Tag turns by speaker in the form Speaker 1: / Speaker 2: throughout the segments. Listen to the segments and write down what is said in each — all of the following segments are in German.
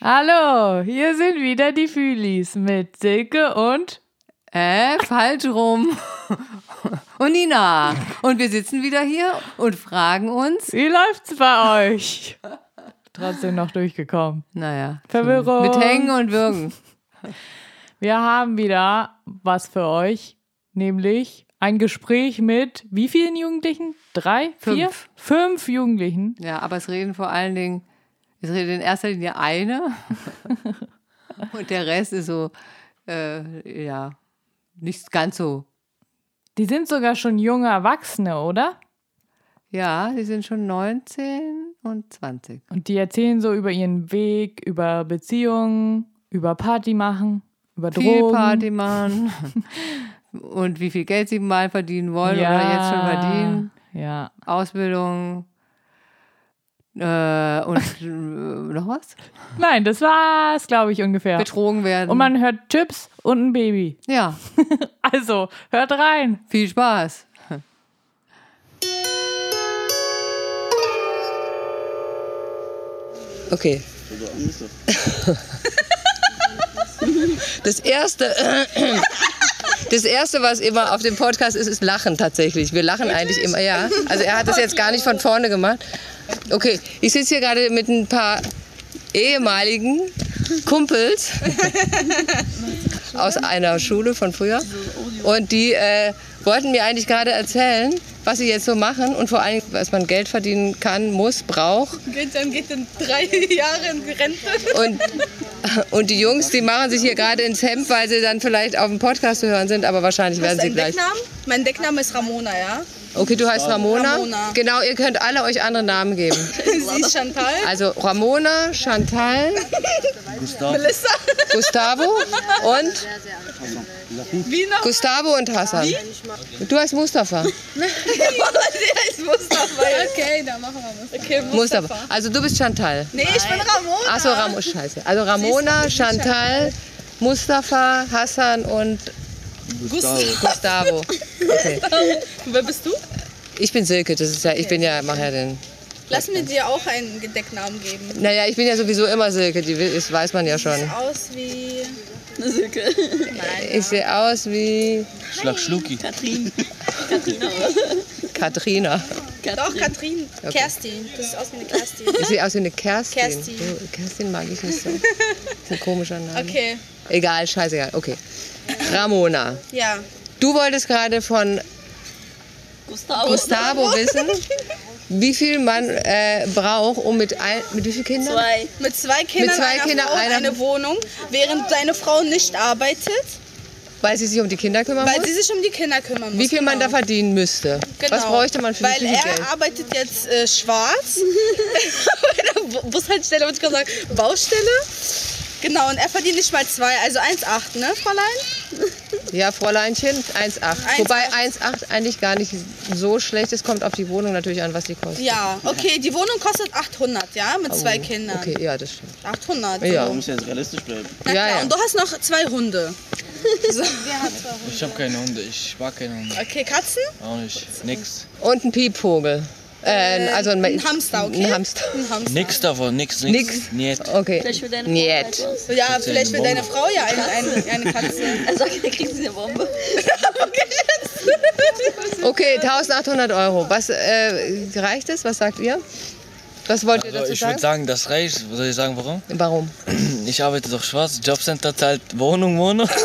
Speaker 1: Hallo, hier sind wieder die Fühlis mit Silke und
Speaker 2: Äh, falsch rum. Und Nina. Und wir sitzen wieder hier und fragen uns.
Speaker 1: wie läuft's bei euch? Trotzdem noch durchgekommen.
Speaker 2: Naja.
Speaker 1: Verwirrung.
Speaker 2: Mit Hängen und Würgen.
Speaker 1: Wir haben wieder was für euch, nämlich ein Gespräch mit wie vielen Jugendlichen? Drei? Vier?
Speaker 2: Fünf.
Speaker 1: Fünf Jugendlichen.
Speaker 2: Ja, aber es reden vor allen Dingen, es redet in erster Linie eine. Und der Rest ist so, äh, ja, nicht ganz so.
Speaker 1: Die sind sogar schon junge Erwachsene, oder?
Speaker 2: Ja, die sind schon 19 und 20.
Speaker 1: Und die erzählen so über ihren Weg, über Beziehungen, über Party machen, über
Speaker 2: Viel
Speaker 1: Drogen.
Speaker 2: Party machen. Und wie viel Geld sie mal verdienen wollen oder jetzt schon verdienen.
Speaker 1: Ja,
Speaker 2: Ausbildung äh, und äh, noch was?
Speaker 1: Nein, das war's, glaube ich, ungefähr.
Speaker 2: Betrogen werden.
Speaker 1: Und man hört Chips und ein Baby.
Speaker 2: ja,
Speaker 1: Also, hört rein.
Speaker 2: viel Spaß.
Speaker 3: Okay. Das erste, äh, das erste, was immer auf dem Podcast ist, ist Lachen tatsächlich. Wir lachen eigentlich immer, ja. Also er hat das jetzt gar nicht von vorne gemacht. Okay, ich sitze hier gerade mit ein paar ehemaligen Kumpels aus einer Schule von früher und die äh, wollten mir eigentlich gerade erzählen, was sie jetzt so machen und vor allem, was man Geld verdienen kann, muss, braucht.
Speaker 4: Günther geht in drei Jahren Rente.
Speaker 3: Und, und die Jungs, die machen sich hier gerade ins Hemd, weil sie dann vielleicht auf dem Podcast zu hören sind, aber wahrscheinlich werden sie gleich.
Speaker 4: Decknamen? Mein Deckname ist Ramona, ja?
Speaker 3: Okay, du heißt Ramona.
Speaker 4: Ramona.
Speaker 3: Genau, ihr könnt alle euch andere Namen geben.
Speaker 4: Sie ist Chantal.
Speaker 3: Also Ramona, Chantal,
Speaker 4: Melissa.
Speaker 3: Gustavo und
Speaker 4: Wiener.
Speaker 3: Gustavo und Hassan. Du heißt Mustafa.
Speaker 4: Der ist Mustafa. Okay, dann machen wir Mustafa. Okay, Mustafa.
Speaker 3: Mustafa. Also du bist Chantal.
Speaker 4: Nee, ich bin Ramona.
Speaker 3: Achso, Ram scheiße. Also Ramona, Chantal, Mustafa, Hassan und
Speaker 4: Gustav.
Speaker 3: Gustavo. Okay.
Speaker 4: Wer bist du?
Speaker 3: Ich bin Silke, das ist ja, ich bin ja, mach ja den
Speaker 4: Lass mir dir auch einen Decknamen geben.
Speaker 3: Naja, ich bin ja sowieso immer Silke, die, wi- das weiß man ja schon.
Speaker 4: Aus wie.
Speaker 3: Ich sehe aus wie
Speaker 5: Schlag Schlucki.
Speaker 3: Katrina.
Speaker 4: Doch, Katrin. Kerstin. Du siehst aus wie eine Kerstin.
Speaker 3: Ich sehe aus wie eine Kerstin.
Speaker 4: Kerstin.
Speaker 3: Oh, Kerstin mag ich nicht so. Das ist ein komischer Name.
Speaker 4: Okay,
Speaker 3: Egal, scheißegal. Okay. Ramona,
Speaker 4: ja.
Speaker 3: du wolltest gerade von
Speaker 4: Oh.
Speaker 3: Gustavo wissen, wie viel man äh, braucht, um mit, ein, mit wie vielen Kindern?
Speaker 4: Mit zwei Kindern,
Speaker 3: Mit zwei
Speaker 4: einer,
Speaker 3: Kindern,
Speaker 4: Frau, und
Speaker 3: einer-
Speaker 4: eine Wohnung, während deine Frau nicht arbeitet,
Speaker 3: Weil sie sich um die Kinder kümmern
Speaker 4: weil
Speaker 3: muss?
Speaker 4: sie sich um die Kinder kümmern muss.
Speaker 3: Wie viel man da
Speaker 4: Genau.
Speaker 3: verdienen müsste? Was bräuchte man für
Speaker 4: Weil
Speaker 3: wie viel
Speaker 4: er
Speaker 3: Geld?
Speaker 4: arbeitet jetzt äh, schwarz bei der Bu- Bushaltestelle, wollte ich gerade sagen, Baustelle. Genau, und er verdient nicht mal zwei, also 1,8, ne, Fräulein?
Speaker 3: Ja, Fräuleinchen, 1,8. Wobei 1,8 eigentlich gar nicht so schlecht ist. Kommt auf die Wohnung natürlich an, was die kostet.
Speaker 4: Ja, okay, die Wohnung kostet 800, ja, mit zwei Kindern.
Speaker 3: Oh, Mhm. Okay, ja, das stimmt.
Speaker 4: 800. so.
Speaker 3: Ja.
Speaker 5: Du musst jetzt realistisch bleiben.
Speaker 4: Na
Speaker 3: Ja,
Speaker 4: klar,
Speaker 3: ja.
Speaker 4: und du hast noch zwei Hunde.
Speaker 5: Ich hab keine Hunde, ich mag keine Hunde.
Speaker 4: Okay, Katzen?
Speaker 5: Auch nicht. Nix.
Speaker 3: Und ein Piepvogel. Äh, also ein,
Speaker 4: Ein Hamster, okay?
Speaker 3: Ein Hamster.
Speaker 4: Ein Hamster.
Speaker 5: Nix davon, nix,
Speaker 3: Nix?
Speaker 5: nix. Niet.
Speaker 3: Okay.
Speaker 6: Vielleicht für deine
Speaker 3: Niet.
Speaker 6: Frau etwas.
Speaker 4: Ja, vielleicht will
Speaker 5: Bombe.
Speaker 4: deine Frau ja eine, eine, eine Katze.
Speaker 6: Also, okay, dann kriegt sie eine Bombe.
Speaker 3: Okay, 1800 Euro. Was äh, reicht es? Was sagt ihr? Was wollt ihr
Speaker 5: Also,
Speaker 3: dazu
Speaker 5: ich würde
Speaker 3: sagen?
Speaker 5: sagen, das reicht. Soll ich sagen, warum?
Speaker 3: Warum?
Speaker 5: Ich arbeite doch schwarz. Jobcenter zahlt Wohnung, Wohnung.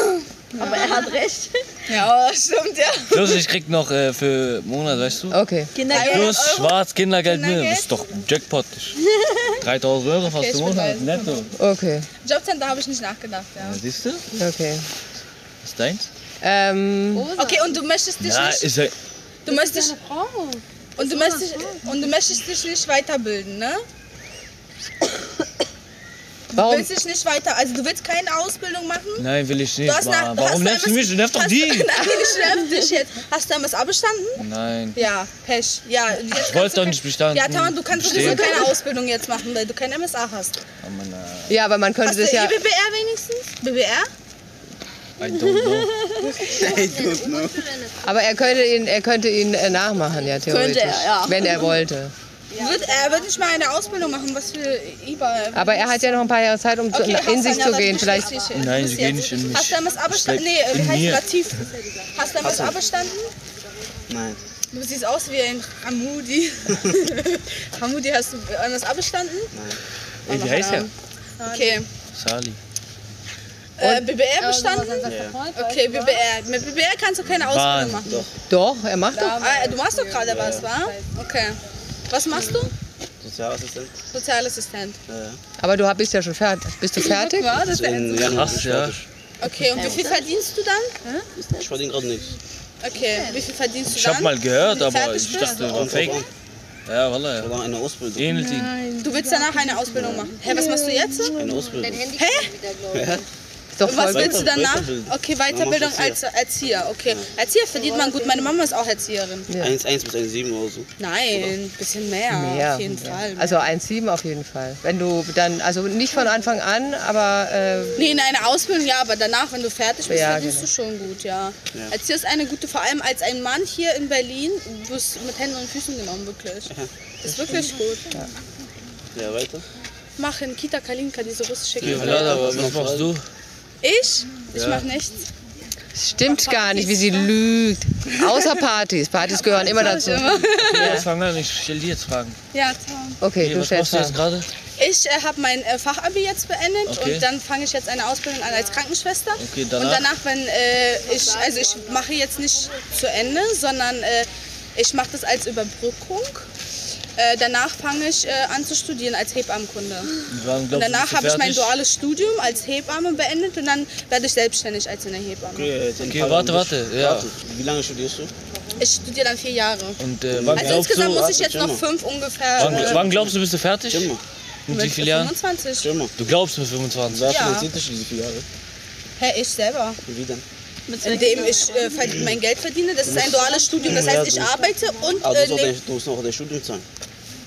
Speaker 6: Aber er hat recht.
Speaker 4: Ja, oh, stimmt, ja.
Speaker 5: Plus, ich krieg noch äh, für Monat, weißt du?
Speaker 3: Okay.
Speaker 6: Kindergeld.
Speaker 5: Plus, schwarz, Kindergeld, ne?
Speaker 4: Kindergeld?
Speaker 5: Ist doch Jackpot. Ich- 3000 Euro fast im Monat, netto.
Speaker 3: Okay.
Speaker 4: Jobcenter habe ich nicht nachgedacht, ja.
Speaker 5: Ja, siehst du?
Speaker 3: Okay.
Speaker 5: Ist deins?
Speaker 3: Ähm,
Speaker 4: Okay, und du möchtest dich
Speaker 5: Ja,
Speaker 4: nicht
Speaker 5: ist ja.
Speaker 4: Du möchtest und du möchtest und du möchtest dich nicht weiterbilden, ne? Du
Speaker 3: warum?
Speaker 4: willst dich nicht weiter, also du willst keine Ausbildung machen.
Speaker 5: Nein, will ich
Speaker 4: Du
Speaker 5: nicht.
Speaker 4: hast
Speaker 5: Mann.
Speaker 4: nach- du
Speaker 5: Warum
Speaker 4: hast
Speaker 5: nervst du
Speaker 4: damals-
Speaker 5: mich? Du nervst doch
Speaker 4: hast-
Speaker 5: die.
Speaker 4: Nein, ich nerv dich jetzt. Hast du damals abgestanden?
Speaker 5: Nein.
Speaker 4: Ja, Pech. Ja, jetzt kannst
Speaker 5: Ich wollte
Speaker 4: du
Speaker 5: doch
Speaker 4: kein-
Speaker 5: nicht bestanden.
Speaker 4: Ja, Taman, du kannst sowieso
Speaker 5: Bestehen.
Speaker 4: keine Ausbildung jetzt machen, weil du kein MSA hast.
Speaker 5: Oh, Mann, äh,
Speaker 3: Ja, aber man könnte
Speaker 4: Hast du E
Speaker 3: das ja.
Speaker 4: BBR wenigstens? BBR?
Speaker 5: I don't know.
Speaker 3: Aber er könnte ihn, er könnte ihn äh, nachmachen, ja, theoretisch.
Speaker 6: er, ja.
Speaker 3: Wenn er wollte.
Speaker 4: Wird, er wird nicht mal eine Ausbildung machen, was für E IBA.
Speaker 3: Aber er hat ja noch ein paar Jahre Zeit, um zu, in sich zu gehen. Vielleicht
Speaker 5: Nein, sie gehen nicht in mich.
Speaker 4: Hast du damals abgestanden? Nee, äh,
Speaker 5: Steckt in
Speaker 4: heißt
Speaker 5: mir.
Speaker 4: Latif. Hast du damals abgestanden?
Speaker 7: Nein.
Speaker 4: Du siehst aus wie ein Hamudi. Hamudi, hast du damals abgestanden?
Speaker 5: Ey, wie heißt der?
Speaker 4: Okay.
Speaker 5: Sali.
Speaker 4: Äh, BBR bestanden? Okay, BBR. Mit BBR kannst du keine Ausbildung
Speaker 5: Bahn.
Speaker 4: machen.
Speaker 5: Doch,
Speaker 3: doch, er macht doch.
Speaker 4: Ah, du machst doch gerade was, wa? Okay. Was machst du?
Speaker 7: Sozialassistent?
Speaker 4: Sozialassistent.
Speaker 7: Ja.
Speaker 3: Aber du bist ja schon fertig. Bist du fertig?
Speaker 4: Ja, das wäre
Speaker 7: In Januar
Speaker 5: krass,
Speaker 7: bin ich
Speaker 5: ja.
Speaker 7: fertig.
Speaker 4: Okay, und wie viel verdienst du dann?
Speaker 7: Ich verdiene gerade nichts.
Speaker 4: Okay, wie viel verdienst du
Speaker 5: Ich
Speaker 4: dann?
Speaker 5: hab mal gehört,
Speaker 4: Wie viel Zeit
Speaker 5: aber ich
Speaker 4: bist du?
Speaker 5: dachte, war
Speaker 7: Und
Speaker 5: fake. Ja, Wallah, ja.
Speaker 7: Verlange eine Ausbildung.
Speaker 5: Ähnelt ihn.
Speaker 4: Du willst danach eine Ausbildung machen. Hä, was machst du jetzt?
Speaker 7: Eine Ausbildung.
Speaker 3: Ist doch
Speaker 4: Was
Speaker 3: voll.
Speaker 4: willst du danach?
Speaker 7: Weiterbildung.
Speaker 4: Okay,
Speaker 7: Ja,
Speaker 4: Weiterbildung
Speaker 7: mach
Speaker 4: als
Speaker 7: Erzieher.
Speaker 4: Erzieher. Okay, Erzieher verdient man gut. Meine Mama ist auch Erzieherin.
Speaker 7: 1,1 bis 1,7 oder so.
Speaker 4: Nein, ein bisschen mehr,
Speaker 3: Mehr.
Speaker 4: auf jeden Fall. ne?
Speaker 3: Also 1,7 auf jeden Fall. Wenn du dann, also nicht von Anfang an, aber äh,
Speaker 4: Nee, in einer Ausbildung ja, aber danach, wenn du fertig bist,
Speaker 3: Ja, genau.
Speaker 4: verdienst du schon gut, ja. Erzieher ist eine gute, vor allem als ein Mann hier in Berlin, du wirst mit Händen und Füßen genommen, wirklich. Ist wirklich gut.
Speaker 7: Ja, weiter.
Speaker 4: Mach in Kita Kalinka diese russische
Speaker 5: Ja,
Speaker 4: Kita.
Speaker 5: Wallah, aber was machst du?
Speaker 4: Ich? Ich mach nichts.
Speaker 3: stimmt gar nicht, wie sie
Speaker 4: ne?
Speaker 3: lügt. Außer Partys. Partys gehören immer dazu.
Speaker 5: Jetzt fang an, ich stell dir jetzt Fragen.
Speaker 4: Ja, Tom.
Speaker 3: Okay,
Speaker 5: Ey,
Speaker 3: du
Speaker 5: was machst
Speaker 3: stellst
Speaker 5: du jetzt
Speaker 3: mal.
Speaker 5: gerade?
Speaker 4: Ich äh, habe mein äh, Fachabi jetzt beendet
Speaker 5: Okay.
Speaker 4: und dann fange ich jetzt eine Ausbildung an als Krankenschwester.
Speaker 5: Okay, danach?
Speaker 4: Und danach, wenn äh, ich, also ich mache jetzt nicht zu Ende, sondern äh, ich mache das als Überbrückung. Äh, danach fange ich äh, an zu studieren als Hebammenkunde.
Speaker 5: Und wann glaubst du,
Speaker 4: Und danach
Speaker 5: bist du
Speaker 4: habe ich mein
Speaker 5: fertig?
Speaker 4: duales Studium als Hebamme beendet und dann werde ich selbstständig als eine Hebamme.
Speaker 7: Okay, jetzt in
Speaker 5: Okay,
Speaker 7: Frage
Speaker 5: warte,
Speaker 7: an dich.
Speaker 5: warte, ja.
Speaker 7: Wie lange studierst du?
Speaker 4: Ich studiere dann vier Jahre.
Speaker 5: Und äh, wann,
Speaker 4: Also
Speaker 5: glaubst
Speaker 4: insgesamt
Speaker 5: du,
Speaker 4: muss ich
Speaker 7: warte,
Speaker 4: jetzt noch
Speaker 7: Gemma.
Speaker 4: fünf ungefähr.
Speaker 5: wann,
Speaker 4: äh,
Speaker 5: wann glaubst du, bist du fertig?
Speaker 7: Schau mal,
Speaker 5: Mit wie
Speaker 4: mit
Speaker 5: vielen Jahren?
Speaker 4: 25.
Speaker 7: schau mal.
Speaker 5: Du glaubst mit 25.
Speaker 7: Wer
Speaker 4: Ja.
Speaker 7: finanziert dich diese vier Jahre?
Speaker 4: Hä, ich selber.
Speaker 7: Wie denn?
Speaker 4: Indem ich äh, verd- mein Geld verdiene. Das ist ein duales Studium. Das heißt, ich arbeite und
Speaker 7: Aber
Speaker 5: Also
Speaker 4: äh,
Speaker 7: Also, du musst, auch
Speaker 4: lebe-
Speaker 7: dein, du musst auch dein Studium zahlen.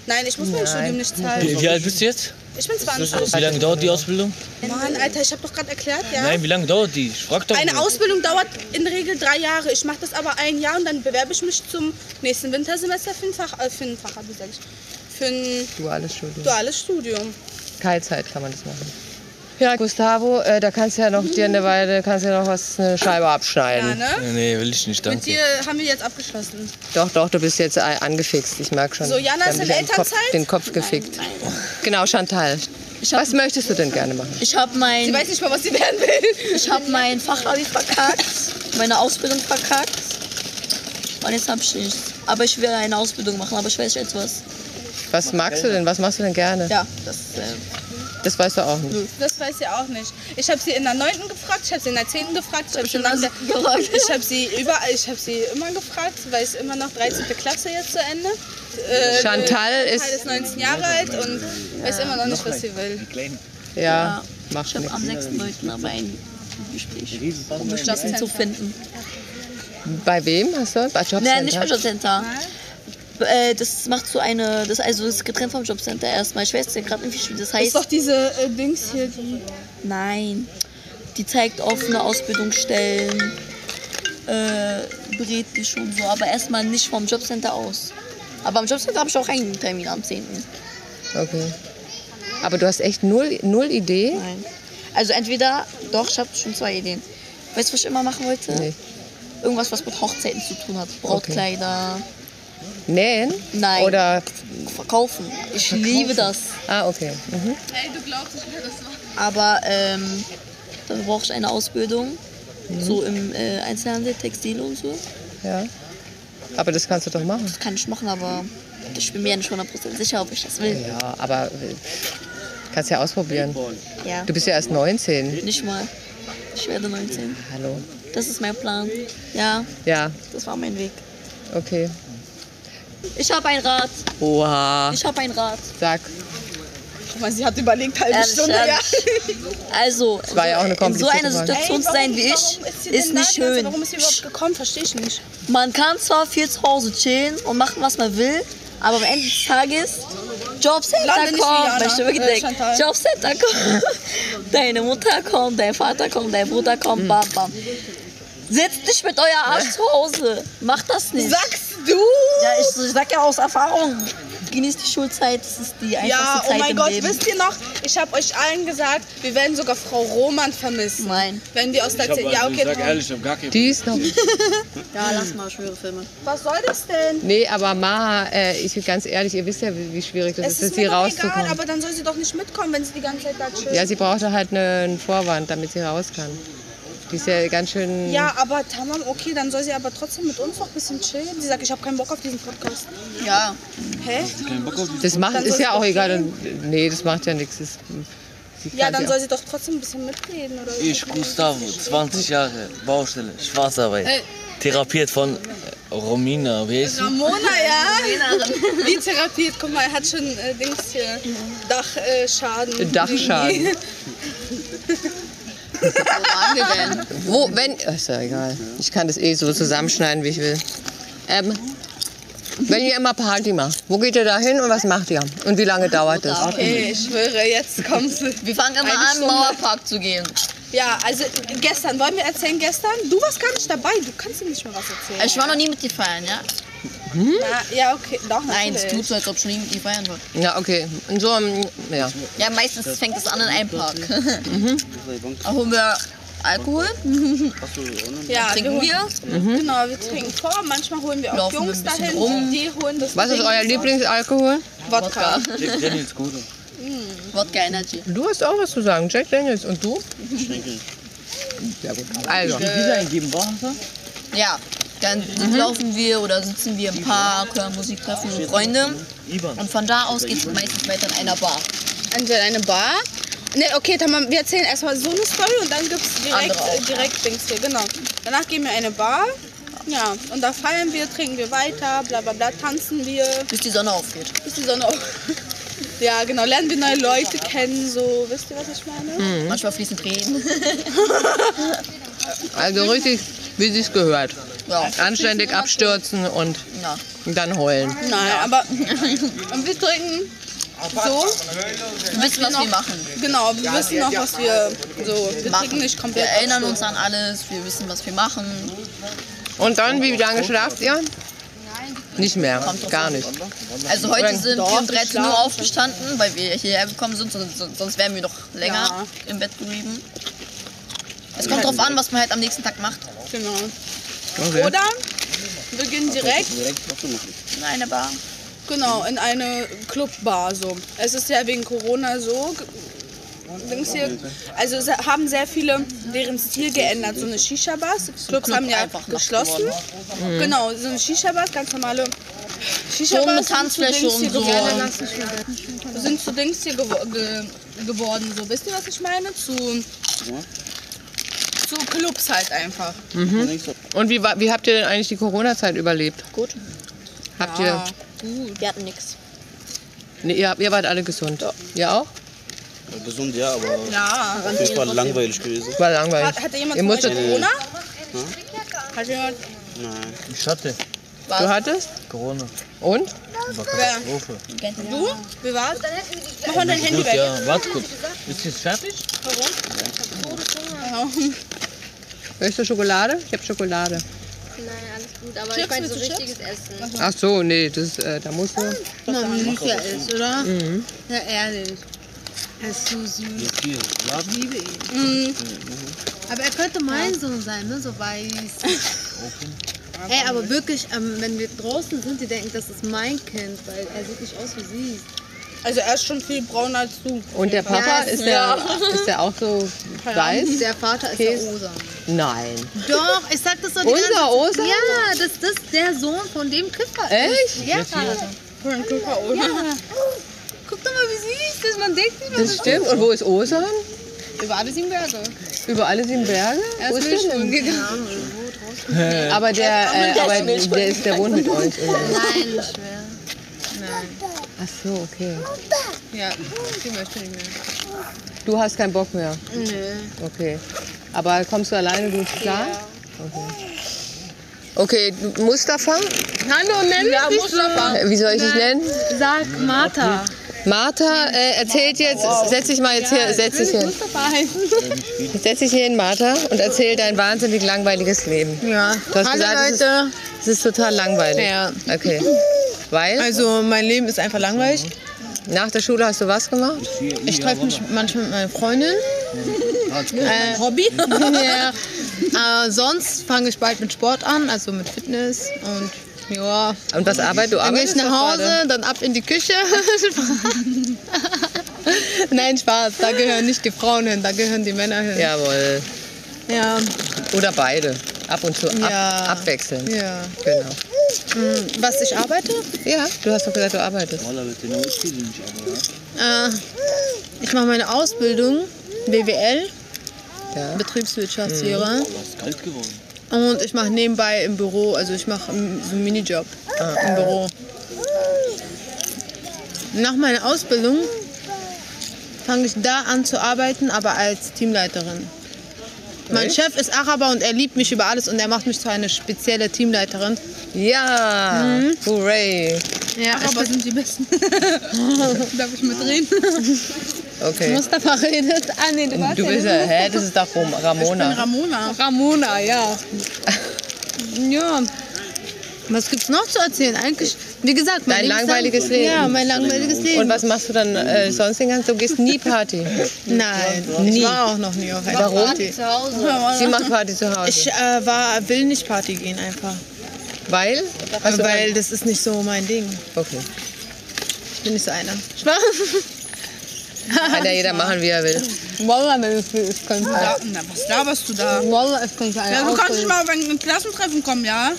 Speaker 4: Nein, ich muss mein Studium nicht zahlen.
Speaker 5: Wie, wie alt bist du jetzt?
Speaker 4: Ich bin 20.
Speaker 5: Wie lange dauert die Ausbildung?
Speaker 4: Mann, Alter, ich habe doch gerade erklärt, ja?
Speaker 5: Nein, wie lange dauert die? Ich frag doch
Speaker 4: Eine
Speaker 5: nur.
Speaker 4: Ausbildung dauert in der Regel drei Jahre. Ich mache das aber ein Jahr und dann bewerbe ich mich zum nächsten Wintersemester für ein Fach, äh, für ein Fach, wie sag ich, für ein
Speaker 3: Duales Studium.
Speaker 4: duales Studium.
Speaker 3: Teilzeit kann man das machen. Ja, Gustavo, äh, da kannst du ja noch dir eine Weile, kannst du ja noch was eine Scheibe
Speaker 4: Ja,
Speaker 3: abschneiden.
Speaker 4: ne?
Speaker 5: Nee, Nee, will ich nicht,
Speaker 4: Mit
Speaker 5: danke.
Speaker 4: dir haben wir jetzt abgeschlossen.
Speaker 3: Doch, doch, du bist jetzt äh, angefixt. Ich merke schon.
Speaker 4: So, Jana
Speaker 3: Da
Speaker 4: ist
Speaker 3: hab
Speaker 4: in
Speaker 3: ich den Kopf-
Speaker 4: Elternzeit?
Speaker 3: Den Kopf gefickt. Genau, Chantal. Was möchtest du denn gerne machen?
Speaker 8: Ich habe
Speaker 4: Sie
Speaker 8: mein,
Speaker 4: weiß nicht mal, was sie werden will.
Speaker 8: ich hab mein Fachabi verkackt, meine Ausbildung verkackt. Und jetzt habe ich nichts. Aber ich will eine Ausbildung machen, aber ich weiß jetzt was.
Speaker 3: Was magst du denn? Was machst du denn gerne?
Speaker 8: Ja, das äh,
Speaker 3: Das weißt du auch nicht.
Speaker 4: Das weiß sie auch nicht. Ich habe sie in der 9. gefragt, ich habe sie in der 10. gefragt, ich habe sie, nach der-
Speaker 8: gefragt.
Speaker 4: ich hab sie überall, ich habe sie immer gefragt, weil es immer noch 13. Klasse jetzt zu Ende. Äh,
Speaker 3: Chantal
Speaker 4: Teil ist
Speaker 3: ist.
Speaker 4: 19 Jahre alt und weiß immer noch nicht, was sie will.
Speaker 3: Ja,
Speaker 8: ich
Speaker 3: macht
Speaker 8: habe
Speaker 3: nichts.
Speaker 8: am 6.9. aber ein Gespräch, um mich das zu finden.
Speaker 3: Bei wem hast du? Bei Jobcenter?
Speaker 8: Nein, nicht beim Jobcenter. Äh, das macht so eine, das also das ist getrennt vom Jobcenter erstmal. Ich weiß ja gerade nicht, wie das heißt.
Speaker 4: Ist doch diese äh, Dings hier, die.
Speaker 8: Nein. Die zeigt offene Ausbildungsstellen, äh, berät dich und so, aber erstmal nicht vom Jobcenter aus. Aber am Jobcenter habe ich auch einen Termin am 10.
Speaker 3: Okay. Aber du hast echt null, null Idee?
Speaker 8: Nein. Also entweder, doch, ich habe schon zwei Ideen. Weißt du, was ich immer machen wollte?
Speaker 3: Nee.
Speaker 8: Irgendwas, was mit Hochzeiten zu tun hat. Brautkleider,
Speaker 3: Nähen?
Speaker 8: Nein.
Speaker 3: Oder.
Speaker 8: verkaufen. Ich liebe das.
Speaker 3: Ah, okay. Mhm.
Speaker 8: Aber ähm, dann brauche ich eine Ausbildung. So im äh, Einzelhandel, Textil und so.
Speaker 3: Ja. Aber das kannst du doch machen.
Speaker 8: Das kann ich machen, aber ich bin mir ja nicht 100% sicher, ob ich das will.
Speaker 3: Ja, aber äh, kannst ja ausprobieren.
Speaker 8: Ja.
Speaker 3: Du bist ja erst 19.
Speaker 8: Nicht mal. Ich werde 19.
Speaker 3: Hallo.
Speaker 8: Das ist mein Plan. Ja,
Speaker 3: Ja,
Speaker 8: das war mein Weg.
Speaker 3: okay.
Speaker 8: Ich habe ein Rad.
Speaker 3: Oha.
Speaker 8: Ich habe ein Rad.
Speaker 3: Sag,
Speaker 4: Guck mal, sie hat überlegt, halbe
Speaker 8: Ehrlich,
Speaker 4: Stunde,
Speaker 8: ehrlich. Also,
Speaker 3: war ja auch eine
Speaker 8: in so
Speaker 3: komplizierte
Speaker 8: einer
Speaker 3: Frage.
Speaker 4: ja.
Speaker 8: Situation zu sein wie
Speaker 4: warum-
Speaker 8: ich,
Speaker 4: warum
Speaker 8: ist,
Speaker 4: sie denn da
Speaker 8: nicht
Speaker 4: gewesen?
Speaker 8: schön.
Speaker 4: Also, Warum ist sie überhaupt gekommen? Verstehe ich nicht.
Speaker 8: Man kann zwar viel zu Hause chillen und machen, was man will, aber am Ende des Tages
Speaker 4: Lande
Speaker 8: Jobcenter
Speaker 4: nicht wie
Speaker 8: kommt,
Speaker 4: Jana.
Speaker 8: weißt du wirklich
Speaker 4: Äh,
Speaker 8: denkt,
Speaker 4: Chantal.
Speaker 8: Jobcenter kommt, deine Mutter kommt, dein Vater kommt, dein Bruder kommt, bam bam. Sitzt nicht mit euer Arsch zu Hause, macht das nicht.
Speaker 4: Sagst du?
Speaker 8: Ja, ich, ich sag ja aus Erfahrung. Genießt die Schulzeit, das ist die
Speaker 4: Ja,
Speaker 8: einfachste
Speaker 4: oh
Speaker 8: Zeit
Speaker 4: mein
Speaker 8: im
Speaker 4: Gott,
Speaker 8: Leben.
Speaker 4: wisst ihr noch, ich habe euch allen gesagt, wir werden sogar Frau Roman vermissen.
Speaker 8: Nein.
Speaker 4: Wenn wir aus der
Speaker 9: Ich, hab,
Speaker 4: Ze- Ja,
Speaker 9: also, ich
Speaker 4: okay,
Speaker 9: sag
Speaker 4: Tom.
Speaker 9: ehrlich, ich hab gar keinen.
Speaker 3: Die ist noch.
Speaker 8: Ja, lass mal schwere Filme.
Speaker 4: was soll das denn?
Speaker 3: Nee, aber Maha, äh, ich bin ganz ehrlich, ihr wisst ja, wie, wie schwierig das
Speaker 4: Es
Speaker 3: ist,
Speaker 4: ist
Speaker 3: ist
Speaker 4: mir
Speaker 3: sie
Speaker 4: doch egal,
Speaker 3: rauszukommen.
Speaker 4: aber dann soll sie doch nicht mitkommen, wenn sie die ganze Zeit da chillt.
Speaker 3: Ja, sie brauchte halt einen Vorwand, damit sie raus kann. Die ist ja ganz schön.
Speaker 4: Ja, aber Tamam, okay, dann soll sie aber trotzdem mit uns noch ein bisschen chillen. Sie sagt, ich habe keinen Bock auf diesen Podcast.
Speaker 8: Ja.
Speaker 4: Hä?
Speaker 3: Das macht,
Speaker 4: Dann
Speaker 3: ist
Speaker 4: soll
Speaker 3: ja
Speaker 4: sie
Speaker 3: auch
Speaker 4: doch
Speaker 3: egal.
Speaker 4: gehen.
Speaker 3: dann- nee, das macht ja nichts. Das- sie
Speaker 4: Ja,
Speaker 3: kann
Speaker 4: dann
Speaker 3: sich
Speaker 4: soll sie doch trotzdem ein bisschen mitreden oder so.
Speaker 5: Ich, Gustavo, 20 Jahre, Baustelle, Schwarzarbeit. Therapiert von äh, Romina, wie heißt sie?
Speaker 4: Ramona, ja? Wie therapiert? Guck mal, er hat schon äh, Dings hier. Dachschaden.
Speaker 3: auch- Äh, Dachschaden.
Speaker 8: Wo waren wir denn?
Speaker 3: Wo, wenn. Ist ja egal. Ich kann das eh so zusammenschneiden, wie ich will. Ähm, wenn ihr immer Party macht, wo geht ihr da hin und was macht ihr? Und wie lange dauert das?
Speaker 4: Ey, ich schwöre, jetzt kommst du.
Speaker 8: Wir fangen immer
Speaker 4: Eine
Speaker 8: an, im
Speaker 4: Stunde.
Speaker 8: Mauerpark zu gehen.
Speaker 4: Ja, also gestern, wollen wir erzählen gestern? Du warst gar nicht dabei, du kannst ihm nicht mehr was
Speaker 3: Äh,
Speaker 4: erzählen.
Speaker 8: Ich war noch nie mit dir feiern, ja?
Speaker 4: Na, ja, okay, doch,
Speaker 8: Nein, es tut
Speaker 4: natürlich.
Speaker 8: so, als ob ich schon nie mit dir feiern war.
Speaker 3: Ja, okay. Und so, ähm, ja.
Speaker 8: Ja, meistens fängt es an in einem Park. Da holen wir Alkohol,
Speaker 4: Ja, wir.
Speaker 8: trinken wir.
Speaker 3: Mhm.
Speaker 4: holen- Genau, wir trinken vor, manchmal holen wir auch
Speaker 8: Laufen wir
Speaker 4: Jungs
Speaker 8: ein bisschen
Speaker 4: dahin,
Speaker 8: rum.
Speaker 4: die holen das
Speaker 3: Was ist
Speaker 4: Ding,
Speaker 3: euer Lieblingsalkohol?
Speaker 4: Wodka.
Speaker 8: Wodka.
Speaker 5: Jack Daniels Gute.
Speaker 8: Wodka Energy.
Speaker 3: Du hast auch was zu sagen. Jack Daniels. Und du? Also,
Speaker 5: Wieder eingeben, war
Speaker 8: Ja, dann laufen wir oder sitzen wir im Park, hören Musik, treffen Freunde.
Speaker 5: Ivan.
Speaker 8: Und von da aus geht es meistens weiter in einer Bar.
Speaker 4: Entweder eine Bar. Ne, okay, Tamam, wir erzählen erstmal so eine Story und dann gibt es direkt,
Speaker 8: Andere auch,
Speaker 4: äh, direkt Dings hier, genau. Danach gehen wir in eine Bar. Ja, und da feiern wir, trinken wir weiter, bla bla bla, tanzen wir,
Speaker 8: Bis die Sonne aufgeht.
Speaker 4: bis die Sonne auf. Ja, genau, lernen wir neue Leute kennen, so, wisst ihr, was ich meine?
Speaker 8: Manchmal fließen Tränen.
Speaker 3: also richtig, wie sich's gehört.
Speaker 8: Ja,
Speaker 3: Anständig abstürzen und
Speaker 8: na.
Speaker 3: dann heulen.
Speaker 4: Nein, aber und wir trinken so,
Speaker 8: Wir wissen, was wir machen.
Speaker 4: genau, wir wissen noch, was wir so, wir trinken nicht
Speaker 8: Wir
Speaker 4: komplett.
Speaker 8: erinnern uns an alles, wir wissen, was wir machen.
Speaker 3: Und dann, wie lange schlaft ihr? Nicht mehr, gar nicht.
Speaker 8: Also heute sind wir um 13 Uhr aufgestanden, weil wir hierher gekommen sind, sonst, sonst wären wir noch länger
Speaker 4: Ja.
Speaker 8: im Bett geblieben. Es kommt drauf an, was man halt am nächsten Tag macht.
Speaker 4: Genau. Oder wir gehen direkt
Speaker 8: In einer Bar.
Speaker 4: Genau, in eine Clubbar so. Es ist ja wegen Corona so. ge- Dings hier, also es haben sehr viele deren Stil geändert. So eine Shisha-Bars. Clubs haben ja
Speaker 8: einfach
Speaker 4: geschlossen.
Speaker 8: Mhm.
Speaker 4: Genau, so eine Shisha-Bars, ganz normale Shisha-Bars.
Speaker 8: So eine Tanzfläche
Speaker 4: sind zu Dings
Speaker 8: und so.
Speaker 4: hier geworden- Sind zu Dings hier gewo ge geworden. So, wisst ihr, was ich meine? Zu, zu Clubs halt einfach.
Speaker 3: Und wie, wa- wie habt ihr denn eigentlich die Corona-Zeit überlebt?
Speaker 8: Gut.
Speaker 3: Habt
Speaker 4: Ja,
Speaker 3: ihr,
Speaker 4: gut.
Speaker 8: Wir hatten nichts.
Speaker 3: nee, ihr, ihr wart alle gesund? Ihr auch?
Speaker 7: Gesund, ja, aber auf
Speaker 4: Ja.
Speaker 7: jeden Fall langweilig gewesen.
Speaker 3: War langweilig.
Speaker 4: Hat, hatte jemand
Speaker 3: ihr
Speaker 4: von euch
Speaker 3: musstet, Hm?
Speaker 4: Corona? Hat jemand
Speaker 7: Nein.
Speaker 5: Ich hatte
Speaker 3: du hattest?
Speaker 5: Corona.
Speaker 3: Und?
Speaker 5: Katastrophe.
Speaker 4: Du? Wie war's? Mach mal dein Handy
Speaker 5: Gut,
Speaker 4: weg.
Speaker 5: ja, warte kurz. Ist jetzt fertig?
Speaker 3: Willst du Schokolade? Ich habe Schokolade.
Speaker 10: Nein, alles gut, aber
Speaker 4: Chips,
Speaker 10: ich meine so
Speaker 4: willst du
Speaker 10: richtiges
Speaker 4: Also.
Speaker 10: Essen.
Speaker 3: Ach so, nee, das, äh, da musst du.
Speaker 10: Na, wie süß er ist, oder? Ja, ehrlich. Er ist so süß. Ich liebe ihn. Aber er könnte mein Sohn sein, ne? So weiß. Ey, aber wirklich, ähm, wenn wir draußen sind, die denken, das ist mein Kind, weil er sieht nicht aus wie sie.
Speaker 4: Also er ist schon viel brauner als du.
Speaker 3: Und der Papa, ist, der, ist der auch so weiß?
Speaker 10: Der Vater ist
Speaker 3: Käse.
Speaker 10: der Osa.
Speaker 3: Nein.
Speaker 10: Doch, ich sag das doch die ganze
Speaker 3: Unser Osa?
Speaker 10: Ja, das, das ist der Sohn von dem Kiffer.
Speaker 3: Echt?
Speaker 10: Ja. ja. Guck doch mal, wie süß das ist. Man denkt nicht, was
Speaker 3: Das stimmt. Und wo ist Osan?
Speaker 10: Über alles ihm Berge.
Speaker 3: Über alle sieben Berge? Wo ist der denn?
Speaker 10: gegangen.
Speaker 3: Aber der, äh, aber der, ist, der wohnt mit euch. oder?
Speaker 10: Nein, nicht mehr. Nein.
Speaker 3: Ach so, okay.
Speaker 10: Ja, ich möchte nicht mehr.
Speaker 3: Du hast keinen Bock mehr.
Speaker 10: Nö.
Speaker 3: Okay. Aber kommst du alleine gut klar? Okay. Okay, du- Mustafa? Hallo, nenn ja, Mustafa. Äh, Wie soll ich dich nennen?
Speaker 10: Äh, Sag Martha.
Speaker 3: Martha äh, erzählt jetzt, setz dich mal jetzt hier, setz dich hin.
Speaker 10: Mustafa heißen.
Speaker 3: Setz dich hier hin, Martha, und erzähl dein wahnsinnig langweiliges Leben.
Speaker 10: Ja.
Speaker 3: Du hast
Speaker 10: Hallo
Speaker 3: gesagt, es ist-
Speaker 10: Leute.
Speaker 3: Es ist total langweilig.
Speaker 10: Ja.
Speaker 3: Okay.
Speaker 11: Weil
Speaker 10: Also mein Leben ist einfach langweilig.
Speaker 11: nach der Schule hast du was gemacht?
Speaker 10: Ich treffe mich manchmal mit meiner Freundin. Äh, Hobby? ja. Äh, sonst fange ich bald mit Sport an, also mit Fitness und ja.
Speaker 11: Und was arbeitest du?
Speaker 10: Dann gehe ich
Speaker 11: arbeitest
Speaker 10: nach
Speaker 11: doch
Speaker 10: Hause,
Speaker 11: gerade.
Speaker 10: dann ab in die Küche. Nein, Spaß, da gehören nicht die Frauen hin, da gehören die Männer hin.
Speaker 11: Jawohl.
Speaker 10: Ja,
Speaker 11: Oder beide. Ab und zu ab,
Speaker 10: Ja.
Speaker 11: abwechselnd.
Speaker 10: ja.
Speaker 11: Genau.
Speaker 10: Hm, Was ich arbeite?
Speaker 11: Ja, du hast doch gesagt, du arbeitest.
Speaker 7: Wallah, mit den Jungs spielen die nicht, aber ja.
Speaker 10: Äh, ich mache meine Ausbildung, BWL,
Speaker 11: Ja.
Speaker 10: Betriebswirtschaftslehre.
Speaker 7: Wallah, ist kalt geworden.
Speaker 10: Und ich mache nebenbei im Büro, also ich mache m- so einen Minijob im Büro. Nach meiner Ausbildung fange ich da an zu arbeiten, aber als Teamleiterin. Mein Chef ist Araber und er liebt mich über alles und er macht mich zu einer spezielle Teamleiterin.
Speaker 11: Ja,
Speaker 10: Mhm.
Speaker 11: hooray.
Speaker 10: Ja,
Speaker 12: Aber sind die Besten. Darf ich mitreden?
Speaker 11: Okay.
Speaker 10: Mustafa redet. Ah, nee, du warst
Speaker 11: Du
Speaker 10: ja
Speaker 11: bist ja, hä, das ist doch Ram- Ramona.
Speaker 12: Ramona.
Speaker 10: Ramona, ja. Ja. Was gibt's noch zu erzählen? Eigentlich, wie gesagt, mein
Speaker 11: Dein
Speaker 10: Leben ist
Speaker 11: langweiliges
Speaker 10: lang-
Speaker 11: Leben.
Speaker 10: Ja, mein langweiliges Leben.
Speaker 11: Und was machst du dann äh, sonst den ganzen Tag? Du gehst nie Party.
Speaker 10: Nein,
Speaker 11: Nie.
Speaker 10: ich war auch noch nie auf einer
Speaker 11: Warum?
Speaker 10: Party.
Speaker 11: Sie macht Party zu
Speaker 10: Ich
Speaker 11: Hause.
Speaker 10: äh, war, will nicht Party gehen einfach.
Speaker 11: Weil? Hast du-
Speaker 10: weil das ist nicht so mein Ding.
Speaker 11: Okay.
Speaker 10: Ich bin nicht so einer. Spaß.
Speaker 11: Kann ja jeder machen, wie er will.
Speaker 10: Wallah, wenn ich will, ich könnte.
Speaker 4: Ja, na, was laberst du da?
Speaker 10: Wallah, ich könnte
Speaker 4: Ja,
Speaker 10: einer
Speaker 4: du kannst
Speaker 10: ausbilden.
Speaker 4: nicht mal auf ein Klassentreffen kommen, ja?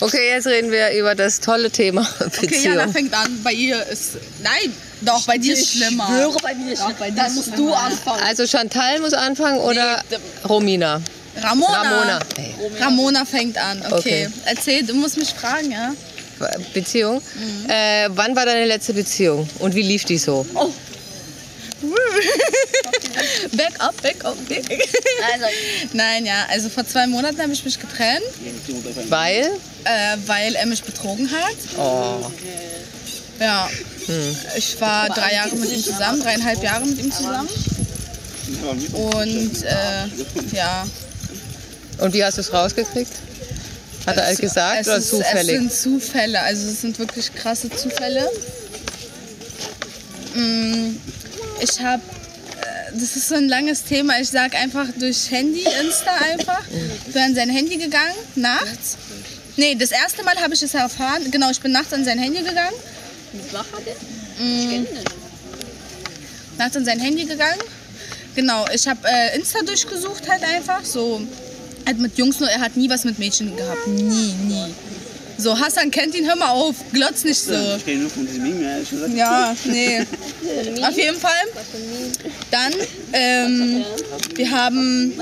Speaker 11: Okay, jetzt reden wir über das tolle Thema
Speaker 4: Okay, Jana
Speaker 11: Beziehung.
Speaker 4: fängt an. Bei ihr ist. Nein, doch, bei dir ist schlimmer.
Speaker 8: Höre Ah. bei mir, dann musst du anfangen.
Speaker 11: Also Chantal muss anfangen oder Romina?
Speaker 4: Ramona.
Speaker 11: Ramona.
Speaker 4: Ramona. Ramona fängt an. Okay.
Speaker 11: Okay.
Speaker 4: Erzähl, du musst mich fragen, ja?
Speaker 11: Beziehung.
Speaker 4: Mhm.
Speaker 11: Äh, wann war deine letzte Beziehung und wie lief die so?
Speaker 4: Back up, back up, back
Speaker 8: Also,
Speaker 4: Nein, ja, also vor zwei Monaten habe ich mich getrennt,
Speaker 11: Weil?
Speaker 4: äh, weil er mich betrogen hat.
Speaker 11: Oh,
Speaker 4: Ja. Ich war drei Jahre mit ihm zusammen, dreieinhalb Jahre mit ihm zusammen. Und äh, ja,
Speaker 11: Und wie hast du es rausgekriegt? Hat er alles gesagt
Speaker 4: es,
Speaker 11: oder
Speaker 4: ist, es
Speaker 11: zufällig?
Speaker 4: sind Zufälle, also es sind wirklich krasse Zufälle. Mm, Ich habe, das ist so ein langes Thema, ich sag einfach durch Handy, Insta einfach, bin an sein Handy gegangen, nachts. Nee, das erste Mal habe ich es erfahren, genau, ich bin nachts an sein Handy gegangen. Mm. nachts an sein Handy gegangen. Genau, ich habe äh, Insta durchgesucht halt einfach, so halt mit Jungs nur, er hat nie was mit Mädchen gehabt, nie, nie. So, Hassan kennt ihn, hör mal auf, glotz nicht so.
Speaker 7: Ich kenne nur von diesem Meme, ja, ich gesagt.
Speaker 4: Ja, nee. Auf jeden Fall. Dann, ähm, wir haben,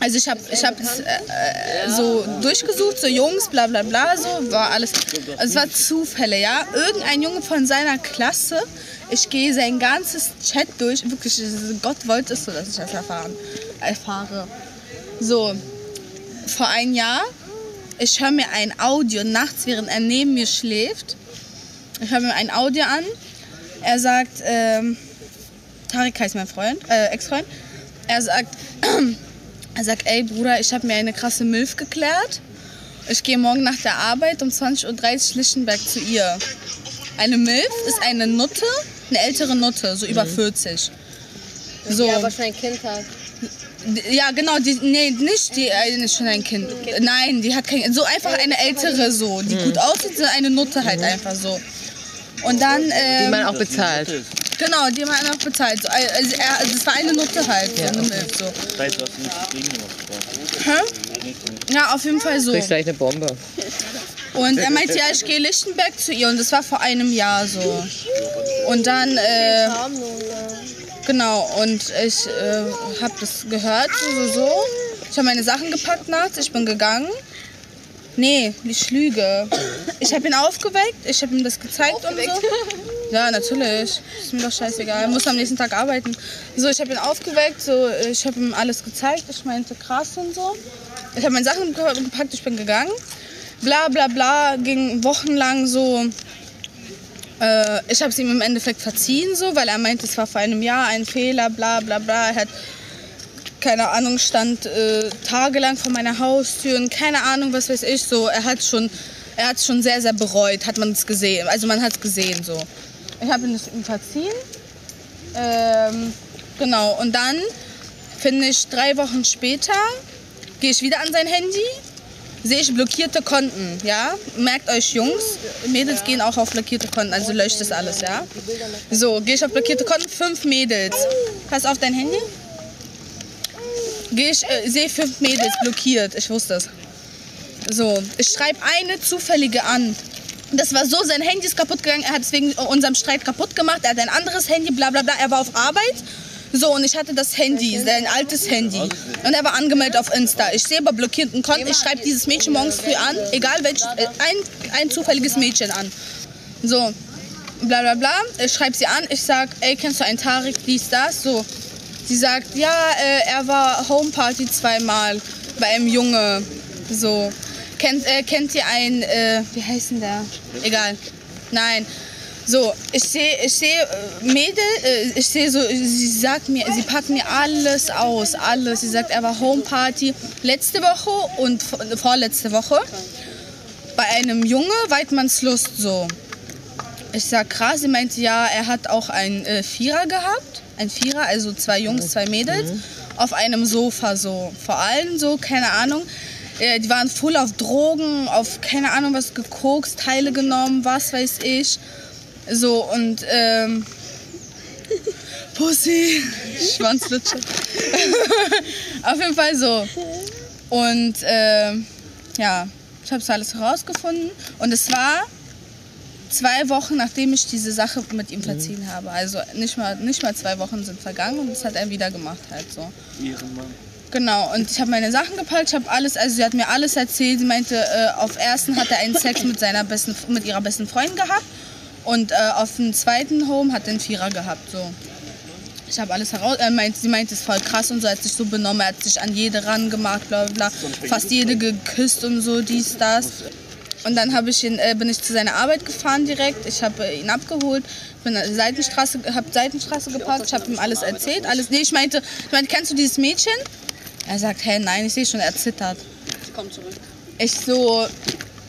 Speaker 4: also ich habe ich hab es, äh, äh, so durchgesucht, so Jungs, bla bla bla, so war alles. Also es war Zufälle, ja. Irgendein Junge von seiner Klasse, ich gehe sein ganzes Chat durch, wirklich, Gott wollte es so, dass ich das erfahren, erfahre. So, vor einem Jahr, ich höre mir ein Audio nachts, während er neben mir schläft. Ich höre mir ein Audio an. Er sagt, ähm, Tarek heißt mein Freund, äh, Ex-Freund. Er sagt, er sagt, ey Bruder, ich habe mir eine krasse Milf geklärt. Ich gehe morgen nach der Arbeit um 20.30 Uhr Lichtenberg zu ihr. Eine Milf ist eine Nutte, eine ältere Nutte, so über 40. So.
Speaker 8: wahrscheinlich Kindheit.
Speaker 4: Ja, genau, die, nee, nicht die eine ist schon ein Kind. Nein, die hat kein So einfach eine ältere so, die gut aussieht, so eine Nutte halt einfach so. Und dann,
Speaker 11: Die man
Speaker 4: ähm,
Speaker 11: auch bezahlt.
Speaker 4: genau, die man auch bezahlt. So, also, er, also es war eine Nutte halt, so eine Milch, so.
Speaker 7: Zeit, was nicht kriegen, was
Speaker 4: Ja, auf jeden Fall so.
Speaker 11: Kriegst gleich eine Bombe.
Speaker 4: Und er meinte, ja, ich gehe Lichtenberg zu ihr und das war vor einem Jahr so. Und dann, äh, genau, und ich äh, habe das gehört, so, so, so. Ich habe meine Sachen gepackt nachts, ich bin gegangen. Nee, ich lüge. Ich habe ihn aufgeweckt, ich habe ihm das gezeigt und so. Ja, natürlich. Ist mir doch scheißegal. Er muss am nächsten Tag arbeiten. So, ich habe ihn aufgeweckt, so, ich habe ihm alles gezeigt. Ich meinte krass und so. Ich habe meine Sachen gepackt, ich bin gegangen. Bla bla bla, ging wochenlang so. Äh, ich habe es ihm im Endeffekt verziehen, so, weil er meinte, es war vor einem Jahr ein Fehler, bla bla bla. Er hat keine Ahnung, stand äh, tagelang vor meiner Haustür und keine Ahnung, was weiß ich so. Er hat schon er hat es schon sehr, sehr bereut, hat man es gesehen. Also man hat es gesehen so. Ich habe ihn das verziehen. Ähm, genau, und dann finde ich drei Wochen später, gehe ich wieder an sein Handy, sehe ich blockierte Konten, ja? Merkt euch Jungs, Mädels gehen auch auf blockierte Konten, also löscht das alles, ja? So, gehe ich auf blockierte Konten, fünf Mädels. Pass auf dein Handy. Gehe ich, äh, sehe fünf Mädels blockiert, ich wusste es. So, ich schreibe eine zufällige an. Das war so, sein Handy ist kaputt gegangen, er hat es wegen unserem Streit kaputt gemacht, er hat ein anderes Handy, bla bla bla, er war auf Arbeit. So, und ich hatte das Handy, sein altes Handy. Und er war angemeldet auf Insta. Ich sehe bei blockierten Konten, ich schreibe dieses Mädchen morgens früh an, egal welches, äh, ein, ein zufälliges Mädchen an. So, bla bla bla, ich schreibe sie an, ich sag, ey, kennst du einen Tarek, dies, das, so. Sie sagt, ja, äh, er war Homeparty zweimal bei einem Junge, so. Kennt, äh, kennt ihr einen, äh, wie heißt denn der? Egal. Nein. So, ich sehe, ich sehe äh, Mädel, äh, ich sehe so, sie sagt mir, sie packt mir alles aus, alles. Sie sagt, er war Homeparty letzte Woche und vor- vorletzte Woche bei einem Junge, Weidmannslust, so. Ich sag krass, sie meinte, ja, er hat auch einen äh, Vierer gehabt. Ein Vierer, also zwei Jungs, zwei Mädels. Auf einem Sofa so. Vor allem so, keine Ahnung. Äh, die waren voll auf Drogen, auf keine Ahnung was gekokst, Teile genommen, was weiß ich. So und ähm, Pussy, Schwanzlutsche. auf jeden Fall so. Und ähm, ja, ich habe es alles herausgefunden. Und es war zwei Wochen, nachdem ich diese Sache mit ihm verziehen habe. Also nicht mal, nicht mal zwei Wochen sind vergangen und das hat er wieder gemacht halt so.
Speaker 7: Ehrenmann.
Speaker 4: Genau, und ich habe meine Sachen gepackt, ich habe alles, also sie hat mir alles erzählt. Sie meinte, äh, auf ersten hat er einen Sex mit, seiner besten, mit ihrer besten Freundin gehabt und äh, auf dem zweiten Home hat er einen Vierer gehabt, so. Ich habe alles heraus, äh, meint, sie meinte, es ist voll krass und so, er hat sich so benommen, er hat sich an jede rangemacht, bla bla bla, fast jede geküsst und so, dies, das. Und dann hab ich ihn, äh, bin ich zu seiner Arbeit gefahren direkt. Ich habe äh, ihn abgeholt, bin an der Seitenstraße, habe Seitenstraße geparkt. Ich habe ihm alles erzählt, alles. Nee, ich meinte, ich meinte, kennst du dieses Mädchen? Er sagt, hä, nein, ich sehe schon, er zittert.
Speaker 8: Ich komm zurück.
Speaker 4: Ich so,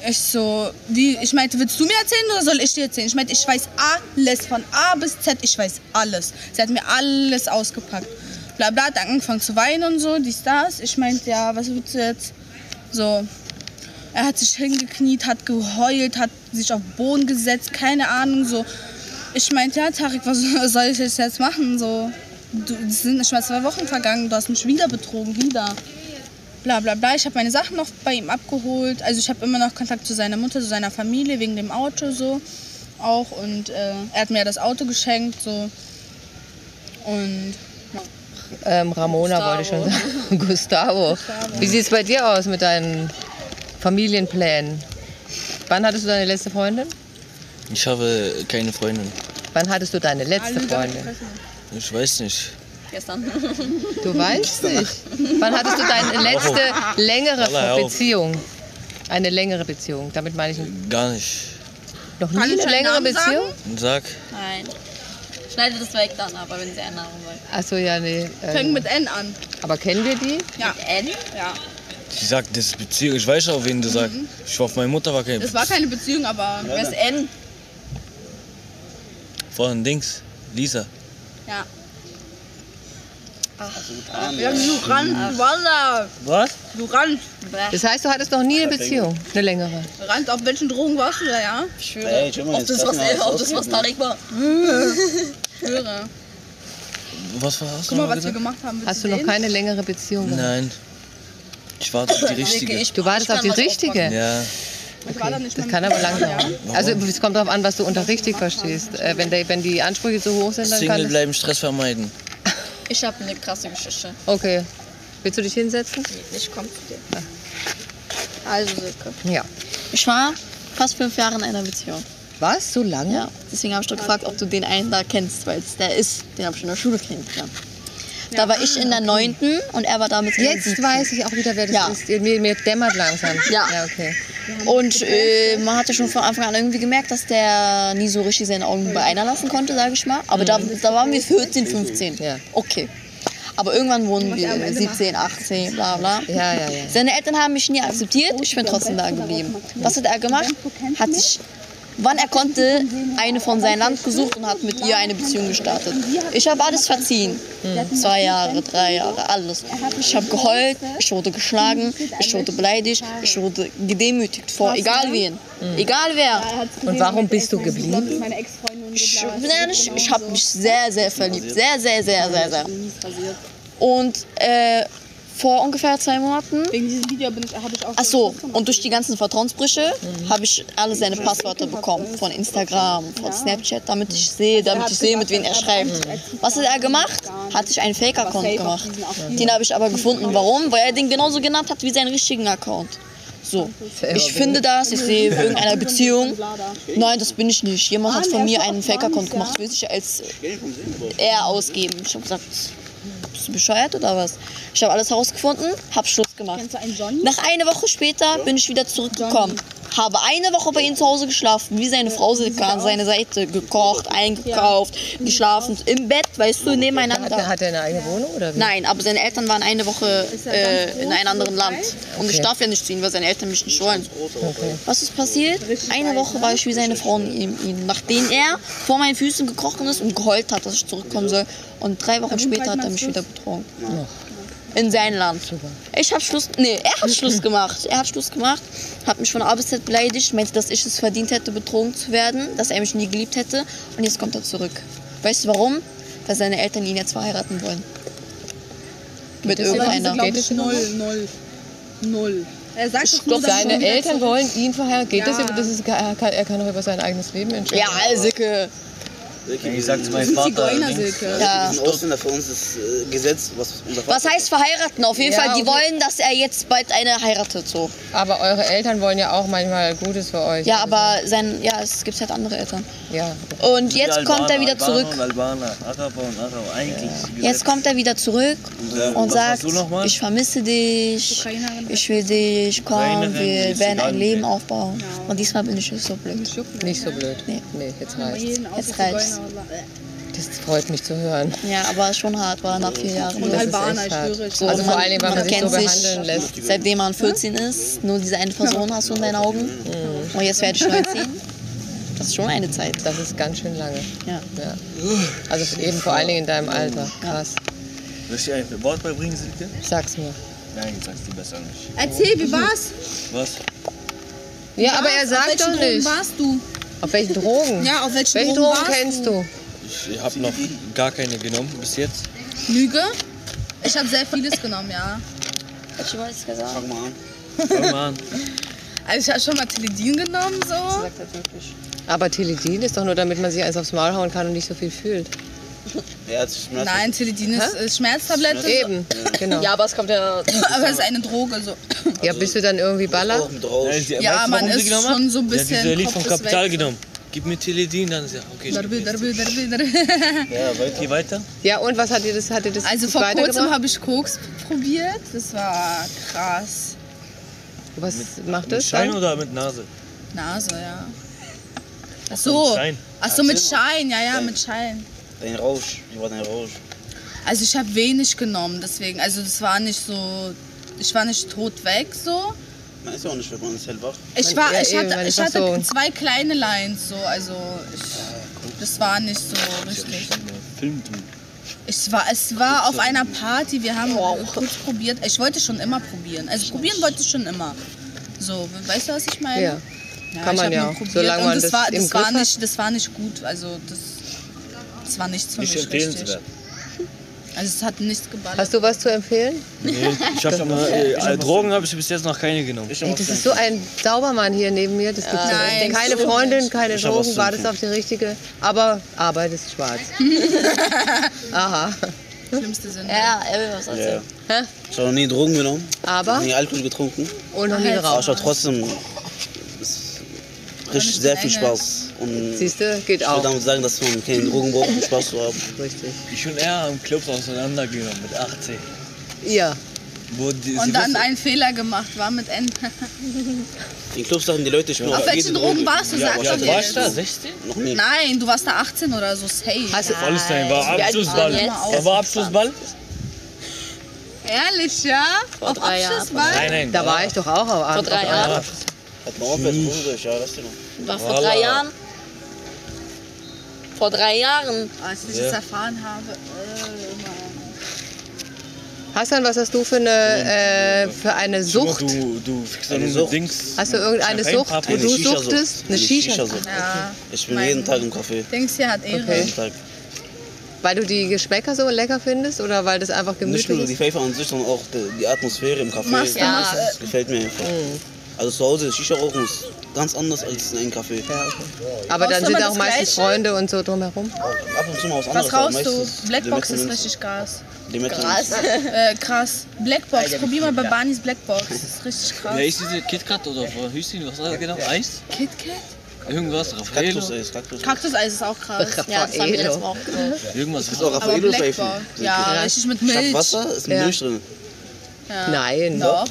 Speaker 4: ich so, wie, ich meinte, willst du mir erzählen oder soll ich dir erzählen? Ich meinte, ich weiß alles, von A bis Z, ich weiß alles. Sie hat mir alles ausgepackt. Bla bla, hat angefangen zu weinen und so, dies, das. Ich meinte, ja, was willst du jetzt? So, er hat sich hingekniet, hat geheult, hat sich auf den Boden gesetzt, keine Ahnung, so. Ich meinte, ja, Tarek, was soll ich jetzt machen, so. Du, es sind nicht mal zwei Wochen vergangen, du hast mich wieder betrogen, wieder bla bla bla. Ich habe meine Sachen noch bei ihm abgeholt. Also ich habe immer noch Kontakt zu seiner Mutter, zu seiner Familie wegen dem Auto so auch. Und äh, er hat mir ja das Auto geschenkt so. Und
Speaker 11: Ähm, Ramona wollte ich schon sagen. Gustavo. Wie sieht es bei dir aus mit deinen Familienplänen? Wann hattest du deine letzte Freundin?
Speaker 5: Ich habe keine Freundin.
Speaker 11: Wann hattest du deine letzte Freundin?
Speaker 5: Ich weiß nicht.
Speaker 8: Gestern.
Speaker 11: Du weißt nicht. Wann hattest du deine letzte
Speaker 5: Hör
Speaker 11: längere
Speaker 5: auf.
Speaker 11: Beziehung? Eine längere Beziehung. Damit meine ich
Speaker 5: Gar nicht.
Speaker 11: noch nie eine
Speaker 8: ich einen
Speaker 11: längere
Speaker 8: Namen sagen?
Speaker 11: Beziehung.
Speaker 5: Sag,
Speaker 8: Nein. Schneide das weg dann, aber wenn sie einen haben wollen.
Speaker 11: Achso, ja, nee.
Speaker 4: fängt
Speaker 11: Ähm,
Speaker 4: mit N an.
Speaker 11: aber kennen wir die?
Speaker 4: Ja.
Speaker 8: N?
Speaker 4: Ja.
Speaker 5: ich sag, das ist Beziehung. Ich weiß schon, auf wen du sagst. Ich war auf meine Mutter, war kein.
Speaker 4: Es Mhm. war keine Beziehung, aber
Speaker 8: Wer ist N?
Speaker 5: Von Dings. Lisa.
Speaker 4: ja. Ah, Ach, ja, du rannst, Walla.
Speaker 5: Was?
Speaker 4: Du rannst.
Speaker 11: Das heißt, du hattest noch nie eine Beziehung, eine längere.
Speaker 4: Rannst, auf welchen Drogen warst du da, ja? Äh,
Speaker 8: Ich schwöre.
Speaker 7: Ey, schau mal,
Speaker 8: auf
Speaker 7: jetzt
Speaker 8: das,
Speaker 7: lass
Speaker 8: was
Speaker 7: mal alles
Speaker 8: er, auf das, was
Speaker 7: ausreden.
Speaker 8: Tarek war.
Speaker 4: Ich schwöre.
Speaker 5: Was war hast
Speaker 4: Guck
Speaker 5: du
Speaker 4: mal,
Speaker 5: nochmal
Speaker 4: was wir
Speaker 5: gesagt?
Speaker 4: gemacht haben. Willst
Speaker 11: Hast du noch
Speaker 4: sehen?
Speaker 11: keine längere Beziehung gehabt?
Speaker 5: Nein. Ich warte auf die richtige.
Speaker 11: Du wartest
Speaker 8: Ich
Speaker 11: auf
Speaker 8: kann
Speaker 11: die
Speaker 8: was
Speaker 11: richtige.
Speaker 5: Ja.
Speaker 4: Ich war da nicht
Speaker 11: Das
Speaker 4: mehr
Speaker 11: kann
Speaker 4: mit
Speaker 11: aber lang
Speaker 4: dabei,
Speaker 11: dauern. Also es kommt darauf an, was du unter richtig verstehst. Äh, wenn, der, wenn die Ansprüche so hoch sind, dann
Speaker 5: Single
Speaker 11: kann es...
Speaker 5: bleiben, Stress vermeiden.
Speaker 8: Ich habe eine krasse Geschichte.
Speaker 11: Okay. Willst du dich hinsetzen?
Speaker 8: Ich komme zu dir. Also, Silke.
Speaker 11: Ja.
Speaker 8: Ich war fast fünf Jahre in einer Beziehung.
Speaker 11: Was? So lange?
Speaker 8: Ja, deswegen habe ich doch gefragt, ob du den einen da kennst, weil es der ist. Den habe ich in der Schule kennengelernt. Da war ich in der neunten und er war damals in der
Speaker 11: Jetzt
Speaker 8: siebten.
Speaker 11: weiß ich auch wieder, wer das
Speaker 8: Ja.
Speaker 11: ist. Mir, mir dämmert langsam.
Speaker 8: Ja.
Speaker 11: ja okay.
Speaker 8: Und äh, man hatte schon von Anfang an irgendwie gemerkt, dass der nie so richtig seine Augen bei einer lassen konnte, sage ich mal. Aber da, da waren wir 14, 15.
Speaker 11: Ja.
Speaker 8: Okay. Aber irgendwann wurden wir 17, 18, bla bla.
Speaker 3: Ja, ja, ja.
Speaker 8: Seine Eltern haben mich nie akzeptiert, ich bin trotzdem da geblieben. Was hat er gemacht? Hat sich, wann er konnte, eine von seinem Land gesucht und hat mit ihr eine Beziehung gestartet. Ich habe alles verziehen. Hm, Zwei Jahre, drei Jahre, alles. Ich habe geheult, ich wurde geschlagen, ich wurde beleidigt, ich wurde gedemütigt vor egal wen. Egal wer.
Speaker 3: Und warum bist du geblieben?
Speaker 8: Ich bin ehrlich, ich habe mich sehr, sehr verliebt. Sehr, sehr, sehr, sehr, sehr. Und äh, vor ungefähr zwei Monaten.
Speaker 13: Wegen diesem Video bin ich, habe ich auch.
Speaker 8: Ach so, und durch die ganzen Vertrauensbrüche habe ich alle seine Passwörter bekommen. Von Instagram, von Snapchat, damit ich sehe, damit ich sehe, mit wem er schreibt. Was hat er gemacht? Hat sich einen Fake-Account gemacht. Den habe ich aber gefunden. Warum? Weil er den genauso genannt hat wie seinen richtigen Account. So, ich finde das, ich sehe irgendeiner Beziehung. Nein, das bin ich nicht. Jemand hat von mir einen Fake-Account gemacht, will sich als er ausgeben. Ich habe gesagt, bist du bescheuert oder was? Ich habe alles herausgefunden, habe Schluss gemacht. Nach einer Woche später bin ich wieder zurückgekommen. Habe eine Woche bei ihm zu Hause geschlafen, wie seine Frau Silke an seiner Seite. Gekocht, eingekauft, geschlafen, im Bett, weißt du, nebeneinander.
Speaker 3: Hat er eine eigene Wohnung oder wie?
Speaker 8: Nein, aber seine Eltern waren eine Woche äh, in einem anderen Land. Und ich darf ja nicht zu ihm, weil seine Eltern mich nicht wollen. Was ist passiert? Eine
Speaker 3: ne?
Speaker 8: Woche war ich wie seine Frau neben ihm, nachdem er vor meinen Füßen gekrochen ist und geheult hat, dass ich zurückkommen soll. Und drei Wochen später hat er mich wieder betrogen. In sein Land. Ich hab Schluss. Nee, er hat Schluss gemacht. Er hat Schluss gemacht, hat mich von A bis Z beleidigt, meinte, dass ich es verdient hätte, betrogen zu werden, dass er mich nie geliebt hätte. Und jetzt kommt er zurück. Weißt du warum? Weil seine Eltern ihn jetzt verheiraten wollen. Mit irgendeiner.
Speaker 13: glaube ich, null, null, null. Er sagt
Speaker 8: Ich
Speaker 13: doch nur,
Speaker 8: glaub,
Speaker 13: dass
Speaker 3: Seine
Speaker 13: er-
Speaker 3: Eltern wollen ihn verheiraten. Geht das
Speaker 13: Ja.
Speaker 3: über das ist, er, kann, er kann doch über sein eigenes Leben entscheiden.
Speaker 8: Ja, also, Silke.
Speaker 5: Ich sag zu meinem Vater, links,
Speaker 13: Silke.
Speaker 8: Ja.
Speaker 7: Ein Ausländer für uns ist äh, Gesetz, was unser Vater
Speaker 8: Was heißt verheiraten? Auf jeden
Speaker 3: Ja,
Speaker 8: Fall, die
Speaker 3: okay.
Speaker 8: wollen, dass er jetzt bald eine heiratet. So.
Speaker 3: Aber eure Eltern wollen ja auch manchmal Gutes für euch.
Speaker 8: Ja, aber sein, ja, es gibt halt andere Eltern.
Speaker 3: Ja.
Speaker 8: Und jetzt
Speaker 5: Albaner,
Speaker 8: kommt er wieder
Speaker 5: Albaner
Speaker 8: zurück.
Speaker 5: Und Albaner, Araber und Araber, eigentlich. Gesetz.
Speaker 8: Jetzt kommt er wieder zurück und
Speaker 5: äh, was
Speaker 8: sagt,
Speaker 5: hast du noch mal?
Speaker 8: ich vermisse dich,
Speaker 13: Ukrainerin.
Speaker 8: ich will dich, komm,
Speaker 5: Ukrainerin,
Speaker 8: wir
Speaker 5: ist
Speaker 8: werden
Speaker 5: egal,
Speaker 8: ein Leben
Speaker 5: ne?
Speaker 8: aufbauen. Und diesmal bin ich nicht so blöd.
Speaker 3: Nicht so blöd.
Speaker 8: Nee.
Speaker 3: Nee, jetzt reicht's.
Speaker 13: Jeden Auto
Speaker 8: Jetzt reicht's.
Speaker 13: Zigeuner oder-
Speaker 3: Das freut mich zu hören.
Speaker 8: Ja, aber schon hart halt war nach vier
Speaker 13: Und
Speaker 8: Jahren.
Speaker 3: Das ist
Speaker 13: Albaner,
Speaker 3: echt
Speaker 13: ich
Speaker 3: hart.
Speaker 13: schwöre. ich-
Speaker 8: So,
Speaker 3: Also vor
Speaker 8: man-
Speaker 3: allen Dingen, wenn man
Speaker 8: man
Speaker 3: sich so
Speaker 8: kennt sich.
Speaker 3: behandeln lässt.
Speaker 8: Seitdem man 14 ist, nur diese eine Person hast du in deinen Augen. Und jetzt werde ich 19. Das ist schon eine Zeit.
Speaker 3: Das ist ganz schön lange.
Speaker 8: Ja.
Speaker 3: Ja. Also eben vor allen Dingen in deinem Alter. Krass.
Speaker 5: Soll ich dir ein Wort beibringen, Silke?
Speaker 3: Sag's mir.
Speaker 5: Nein, sag's dir besser nicht.
Speaker 4: Erzähl, wie war's?
Speaker 5: Was?
Speaker 3: Ja, aber er
Speaker 4: Auf
Speaker 3: sagt
Speaker 4: welchen
Speaker 3: doch
Speaker 4: Drogen
Speaker 3: nicht.
Speaker 4: warst du?
Speaker 3: Auf welchen Drogen?
Speaker 4: Ja, auf welchen
Speaker 3: Welche
Speaker 4: Drogen
Speaker 3: Drogen
Speaker 4: warst
Speaker 3: kennst du?
Speaker 5: Ich hab noch gar keine genommen bis jetzt.
Speaker 4: du? Lüge? Ich habe sehr vieles genommen, ja.
Speaker 8: Ich weiß gesagt.
Speaker 7: Fang mal an.
Speaker 5: Fang mal an.
Speaker 4: Also ich habe schon mal Teledin genommen, so.
Speaker 3: Aber Teledin ist doch nur, damit man sich eins aufs Maul hauen kann und nicht so viel fühlt.
Speaker 7: Er hat sich Schmerzen.
Speaker 4: Nein, Teledin ist äh, Schmerztablette,
Speaker 3: Eben, genau.
Speaker 8: Ja, aber es kommt ja.
Speaker 4: aber es ist eine Droge, so.
Speaker 3: Ja, bist du dann irgendwie
Speaker 5: Oh.
Speaker 3: Baller?
Speaker 7: Oben drauf.
Speaker 4: Ja, man ist schon so ein
Speaker 5: Der hat
Speaker 4: bisschen
Speaker 5: diese Lied
Speaker 4: Kopf
Speaker 5: von
Speaker 4: ist
Speaker 5: Kapital
Speaker 4: weg.
Speaker 5: genommen. Gib mir Teledin, dann ist er okay.
Speaker 4: Darby, darby, darby, darby.
Speaker 5: Ja, weiter. Geh weiter.
Speaker 3: Ja, und was hat dir das, hat dir das
Speaker 4: Also vor
Speaker 3: weitergebracht?
Speaker 4: kurzem habe ich Koks probiert. Das war krass.
Speaker 3: Was macht
Speaker 5: Mit
Speaker 3: das
Speaker 5: Schein
Speaker 3: dann?
Speaker 5: oder mit Nase?
Speaker 4: Nase, ja. Ach
Speaker 5: Mit
Speaker 4: so.
Speaker 5: Schein.
Speaker 4: Ach so, mit Schein, ja, ja, mit Schein.
Speaker 7: Dein Rausch. Ich war dein Rausch.
Speaker 4: Also ich habe wenig genommen, deswegen. Also das war nicht so. Ich war nicht tot weg so.
Speaker 7: Man ist ja auch nicht weg, man ist hellwach.
Speaker 4: Ich war,
Speaker 3: ja,
Speaker 4: ich
Speaker 3: eben,
Speaker 4: hatte,
Speaker 3: weil
Speaker 4: ich
Speaker 3: das
Speaker 4: hatte
Speaker 3: so-
Speaker 4: zwei kleine Lines so, also ich, das war nicht so richtig.
Speaker 7: Film du.
Speaker 4: Ich war, es war auf einer Party, wir haben kurz probiert. Ich wollte schon immer probieren. Also probieren wollte ich schon immer. So, weißt du, was ich meine?
Speaker 3: Ja.
Speaker 4: Ja,
Speaker 3: Kann
Speaker 4: ich
Speaker 3: man
Speaker 4: hab
Speaker 3: ja,
Speaker 4: nur probiert
Speaker 3: solange man
Speaker 4: und das
Speaker 3: das
Speaker 4: war,
Speaker 3: im
Speaker 4: das war
Speaker 3: Griff hat.
Speaker 4: nicht, das war nicht gut. Also das, das war nichts für
Speaker 5: Nicht
Speaker 4: mich richtig.
Speaker 5: empfehlenswert.
Speaker 4: Also es hat nichts geballert.
Speaker 3: Hast du was zu empfehlen?
Speaker 5: Nee, ich hab schon mal, äh, Drogen habe ich bis jetzt noch keine genommen.
Speaker 7: Ich
Speaker 3: Ey, das ist so ein Saubermann hier neben mir. Das gibt's
Speaker 4: nein,
Speaker 3: nicht.
Speaker 4: denkst
Speaker 3: Keine
Speaker 4: du
Speaker 3: Freundin, keine
Speaker 7: hab was
Speaker 3: Drogen.
Speaker 7: zu
Speaker 3: War das
Speaker 7: empfehlen.
Speaker 3: auf die richtige? Aber Arbeit ist schwarz. Aha.
Speaker 4: Schlimmste Sinn.
Speaker 8: Ja, er will was erzählen.
Speaker 7: Ja. Ich habe noch nie Drogen genommen,
Speaker 3: Aber
Speaker 7: nie Alkohol getrunken.
Speaker 3: und noch nie
Speaker 7: Aber
Speaker 3: raus.
Speaker 7: ich war trotzdem es- richtig sehr viel Spaß. Und ich
Speaker 3: Siehst du, geht
Speaker 7: würde
Speaker 3: auch.
Speaker 7: damit sagen, dass man keine Drogen braucht, um Spaß zu haben.
Speaker 3: Richtig.
Speaker 5: Ich und er haben Clubs auseinandergenommen mit 18.
Speaker 3: Ja.
Speaker 5: Wo die, sie
Speaker 13: Und dann
Speaker 5: wusste-
Speaker 13: einen Fehler gemacht war mit N.
Speaker 7: In Clubs sagen die Leute, ich bin
Speaker 13: Auf welchen Drogen warst du? Sag
Speaker 5: ja,
Speaker 13: doch
Speaker 5: war ich
Speaker 13: jetzt.
Speaker 5: da? 16?
Speaker 7: Noch nie.
Speaker 13: Nein, du warst da 18 oder so, safe.
Speaker 3: Hast du,
Speaker 5: Vollstein war
Speaker 8: alt
Speaker 5: Abschlussball.
Speaker 8: waren wir jetzt?
Speaker 5: Er war Abschlussball.
Speaker 4: Ehrlich, ja? Auf
Speaker 8: drei Jahren.
Speaker 4: Abschlussball?
Speaker 14: Da war ich doch auch am Abend.
Speaker 8: drei Jahren.
Speaker 7: Hat man aufwärts, Bruder, ja, weißt du noch.
Speaker 8: War vor drei Jahren. Vor drei Jahren.
Speaker 4: Als ich
Speaker 7: Ja.
Speaker 4: das erfahren habe. Äh, Mann.
Speaker 3: Hassan, was hast du für eine, äh, für eine Sucht?
Speaker 15: Du, du fixst doch nur so Dings.
Speaker 3: Hast du irgendeine
Speaker 15: Kein
Speaker 3: Sucht,
Speaker 15: Papi.
Speaker 3: wo du
Speaker 7: Eine Shisha-Sucht.
Speaker 3: suchtest? Eine
Speaker 7: Eine
Speaker 3: Shisha,
Speaker 7: Shisha-Sucht.
Speaker 4: Ja.
Speaker 7: Ich bin
Speaker 4: Mein-
Speaker 7: jeden Tag im Café.
Speaker 4: Denkst hier hat Ehre.
Speaker 3: Okay.
Speaker 7: Jeden Tag.
Speaker 3: weil du die Geschmäcker so lecker findest oder weil das einfach
Speaker 7: Nicht nur
Speaker 3: gemütlich
Speaker 7: die
Speaker 3: ist?
Speaker 7: Pfeife an sich, sondern auch die, die Atmosphäre im Café.
Speaker 4: Machst du Ja. was,
Speaker 7: Das gefällt mir einfach. Also zu Hause, Shisha rauchen ist ganz anders als in einem Café.
Speaker 3: Ja, okay. Aber dann
Speaker 4: Brauchst du
Speaker 3: sind
Speaker 4: immer
Speaker 3: auch
Speaker 4: das
Speaker 3: meistens
Speaker 4: Gleiche?
Speaker 3: Freunde und so drumherum.
Speaker 7: Ab und zu mal was anderes.
Speaker 4: Was
Speaker 7: aber
Speaker 4: rauchst du?
Speaker 7: meistens
Speaker 4: Blackbox
Speaker 7: die
Speaker 4: ist
Speaker 7: Metzen-
Speaker 4: richtig Gas.
Speaker 7: Die Krass.
Speaker 4: Äh, krass. Blackbox, probier mal Babanis Blackbox. Das ist richtig krass.
Speaker 5: Wer ist diese KitKat oder von Hüstin? Was war das genau? Eis?
Speaker 4: KitKat?
Speaker 5: Irgendwas? Raffaello?
Speaker 7: Kaktus ist, Kaktus.
Speaker 4: Kaktuseis ist auch krass.
Speaker 8: Ja, das eh haben wir letztes Mal auch gekauft.
Speaker 5: Irgendwas
Speaker 7: Ist auch
Speaker 5: mit
Speaker 4: Aber
Speaker 7: Raffaello Pfeifen.
Speaker 4: Blackbox. Ja,
Speaker 3: Ja.
Speaker 4: richtig mit
Speaker 7: Statt
Speaker 4: Milch.
Speaker 7: Wasser ist
Speaker 3: Ja.
Speaker 7: Milch drin.
Speaker 4: Ja.
Speaker 3: Nein.
Speaker 4: Doch.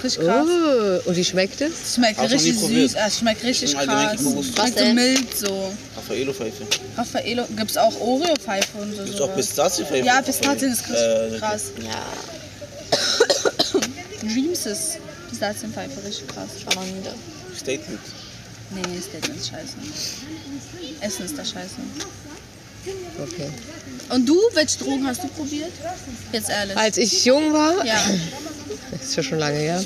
Speaker 4: Ist richtig krass.
Speaker 3: Oh, und wie schmeckt es?
Speaker 4: Es schmeckt
Speaker 7: Hast du Äh, noch nie
Speaker 4: richtig
Speaker 7: probiert?
Speaker 4: süß. Ah, Es schmeckt richtig
Speaker 7: Im Allgemeinen
Speaker 4: krass.
Speaker 7: Kikobus.
Speaker 8: Was
Speaker 4: Schmeckt so
Speaker 8: denn?
Speaker 4: mild so.
Speaker 7: Raffaello Pfeife.
Speaker 4: Raffaello, gibt's auch Oreo-Pfeife und so.
Speaker 7: Ist auch
Speaker 4: sowas.
Speaker 7: Pistazienpfeife.
Speaker 4: Ja, Pistazien ist
Speaker 7: Äh,
Speaker 4: richtig krass.
Speaker 8: Ja,
Speaker 4: Dreams ist Pistazienpfeife richtig krass.
Speaker 8: aber nie.
Speaker 7: Statement.
Speaker 4: Nee, nee, Statement ist scheiße. Essen ist da scheiße.
Speaker 3: Okay.
Speaker 4: Und du, welche Drogen hast du probiert? Jetzt ehrlich.
Speaker 3: Als ich jung war,
Speaker 4: ja,
Speaker 3: ist ja schon lange her.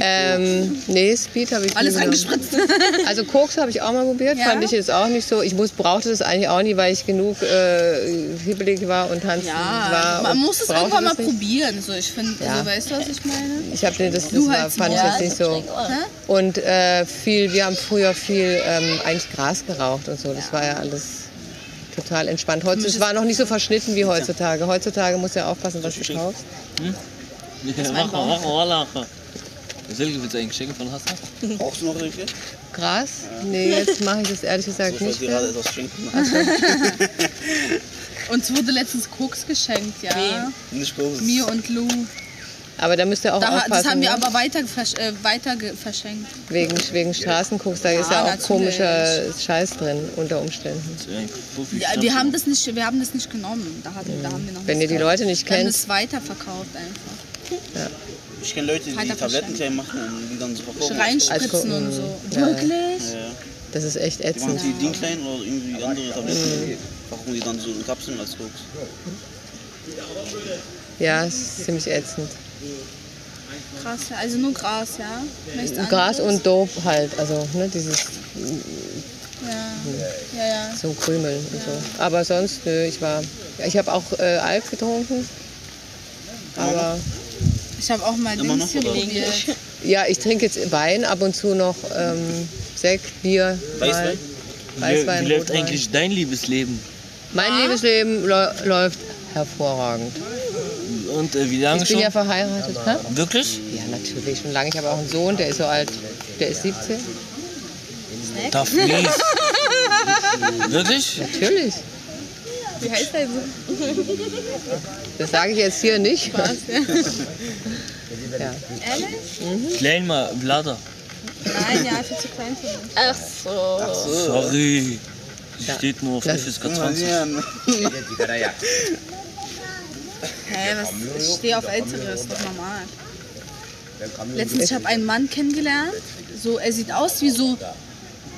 Speaker 3: Ähm, nee, Speed habe ich
Speaker 4: alles
Speaker 3: nie genommen.
Speaker 4: reingespritzt.
Speaker 3: Also Koks habe ich auch mal probiert,
Speaker 4: Ja?
Speaker 3: fand ich jetzt auch nicht so. Ich muss, brauchte das eigentlich auch nie, weil ich genug äh, hibbelig war und tanzen war.
Speaker 4: Ja, man
Speaker 3: und
Speaker 4: muss es
Speaker 3: brauchte
Speaker 4: irgendwann mal
Speaker 3: das nicht.
Speaker 4: probieren. So, ich finde,
Speaker 3: Ja.
Speaker 4: so, weißt du, was ich meine?
Speaker 3: Ich habe das, das
Speaker 4: Du halt
Speaker 3: war,
Speaker 4: halt's
Speaker 3: fand ich
Speaker 4: Maul.
Speaker 3: jetzt nicht so. Und äh, viel, wir haben früher viel ähm, eigentlich Gras geraucht und so. Das war ja alles total entspannt. Heutz, es war noch nicht so verschnitten wie heutzutage. Heutzutage musst du ja aufpassen, was du kaufst.
Speaker 5: Ja, mach mal, mach mal, walla. Silke, willst du ein Geschenk von Hassan?
Speaker 7: Brauchst du noch welche?
Speaker 3: Gras? Nee, jetzt mache ich das ehrlich gesagt
Speaker 7: Ich wollte
Speaker 3: nicht
Speaker 7: dir
Speaker 3: mehr.
Speaker 7: gerade etwas schenken.
Speaker 4: Uns wurde letztens Koks geschenkt, ja.
Speaker 7: Nicht großes.
Speaker 4: Mir und Lou.
Speaker 3: Aber da müsst ihr auch
Speaker 4: Da,
Speaker 3: aufpassen.
Speaker 4: das haben wir
Speaker 3: ne?
Speaker 4: aber weiter, versch- äh, weiter ge- verschenkt.
Speaker 3: wegen, wegen Straßenkoks, da ist ja auch
Speaker 4: natürlich.
Speaker 3: komischer Scheiß drin unter Umständen.
Speaker 5: Ein Puffi.
Speaker 4: Ja, wir, haben das nicht, wir haben das nicht genommen. Da, hat, da haben wir noch
Speaker 3: Hm. Wenn ihr
Speaker 4: nichts
Speaker 3: die
Speaker 4: gehabt.
Speaker 3: Leute nicht
Speaker 4: Wir haben
Speaker 3: kennt,
Speaker 4: es weiterverkauft einfach.
Speaker 7: Ich kenne Leute, die
Speaker 4: Weiter
Speaker 7: Tabletten klein machen und die dann so verkaufen.
Speaker 4: Reinspritzen
Speaker 3: gucken.
Speaker 4: und so.
Speaker 3: Also, mm, Ja.
Speaker 4: Wirklich?
Speaker 7: Ja.
Speaker 3: das ist echt
Speaker 7: Die machen
Speaker 3: ätzend.
Speaker 7: die Ding klein oder irgendwie andere Tabletten. Verkaufen die dann so in Kapseln als Koks.
Speaker 3: Ja, es ist ziemlich ätzend.
Speaker 4: Gras, ja. Also nur Gras, ja? Nichts
Speaker 3: Gras
Speaker 4: anderes?
Speaker 3: und Dope halt, also ne, dieses
Speaker 4: Ja, ja, ja.
Speaker 3: so ein Krümeln und so. Aber sonst, nö, ich war, ja, ich habe auch äh, Alk getrunken. Aber
Speaker 4: Ich habe auch mal
Speaker 7: Immer
Speaker 4: Dings hier
Speaker 7: noch, oder?
Speaker 4: probiert.
Speaker 3: ja, ich trinke jetzt Wein, ab und zu noch ähm, Sekt, Bier, mal
Speaker 7: Weißwein?
Speaker 3: Weißwein,
Speaker 5: Wie läuft
Speaker 3: Rotwein.
Speaker 5: eigentlich dein Liebesleben?
Speaker 3: Mein Liebesleben lo- läuft hervorragend.
Speaker 5: Und äh, wie lange
Speaker 3: Ich bin
Speaker 5: schon?
Speaker 3: ja verheiratet, ne?
Speaker 5: Wirklich?
Speaker 3: Ja, natürlich, schon lange. Ich habe auch einen Sohn, der ist so alt, der ist 17.
Speaker 5: Darf mies. Wirklich?
Speaker 3: Natürlich.
Speaker 4: Wie heißt der so?
Speaker 3: Das sage ich jetzt hier nicht.
Speaker 5: Klein mal, Blader.
Speaker 4: Nein, ja, viel zu klein für mich.
Speaker 8: Ach so.
Speaker 5: Sorry. Sie steht nur auf FSK 20.
Speaker 4: Hä, was? Ich stehe auf Ältere, ist doch normal. Letztens, ich habe einen Mann kennengelernt. So, er sieht aus wie so,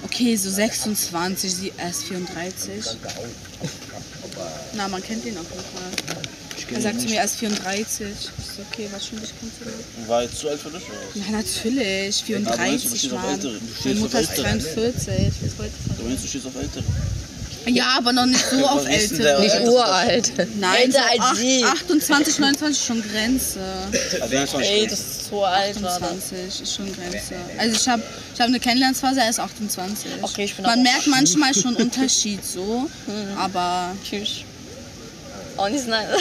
Speaker 4: okay, so 26, sie er ist 34. Na, man kennt ihn auf jeden Fall. Er sagt zu mir, er ist 34. Ich so, okay, wahrscheinlich kennst du den.
Speaker 7: War jetzt zu alt für dich oder was?
Speaker 4: Ja, natürlich.
Speaker 7: du
Speaker 4: 34,
Speaker 7: stehst auf
Speaker 4: Mann.
Speaker 7: Ältere. Du stehst
Speaker 4: Meine
Speaker 7: auf
Speaker 4: Mutter ist
Speaker 7: Ältere.
Speaker 4: 43. Was wollt ihr
Speaker 7: Du
Speaker 4: von mir?
Speaker 7: meinst, du stehst auf Ältere.
Speaker 4: Ja, aber noch nicht so auf
Speaker 7: Was ist denn der
Speaker 4: Ältere.
Speaker 3: Nicht
Speaker 7: Älteste?
Speaker 3: uralt.
Speaker 4: Nein, so
Speaker 8: Älter als
Speaker 4: acht-
Speaker 8: sie.
Speaker 4: 28, 29 ist schon Grenze.
Speaker 7: Also 29
Speaker 8: Ey, das ist so alt, war das.
Speaker 4: 28 ist schon Grenze. Also ich habe ich hab eine Kennenlernphase, er ist 28.
Speaker 8: Okay, ich bin
Speaker 4: Man
Speaker 8: auch- Hm.
Speaker 4: merkt manchmal schon Unterschied so, aber
Speaker 8: Tschüss. Oh, nicht nein.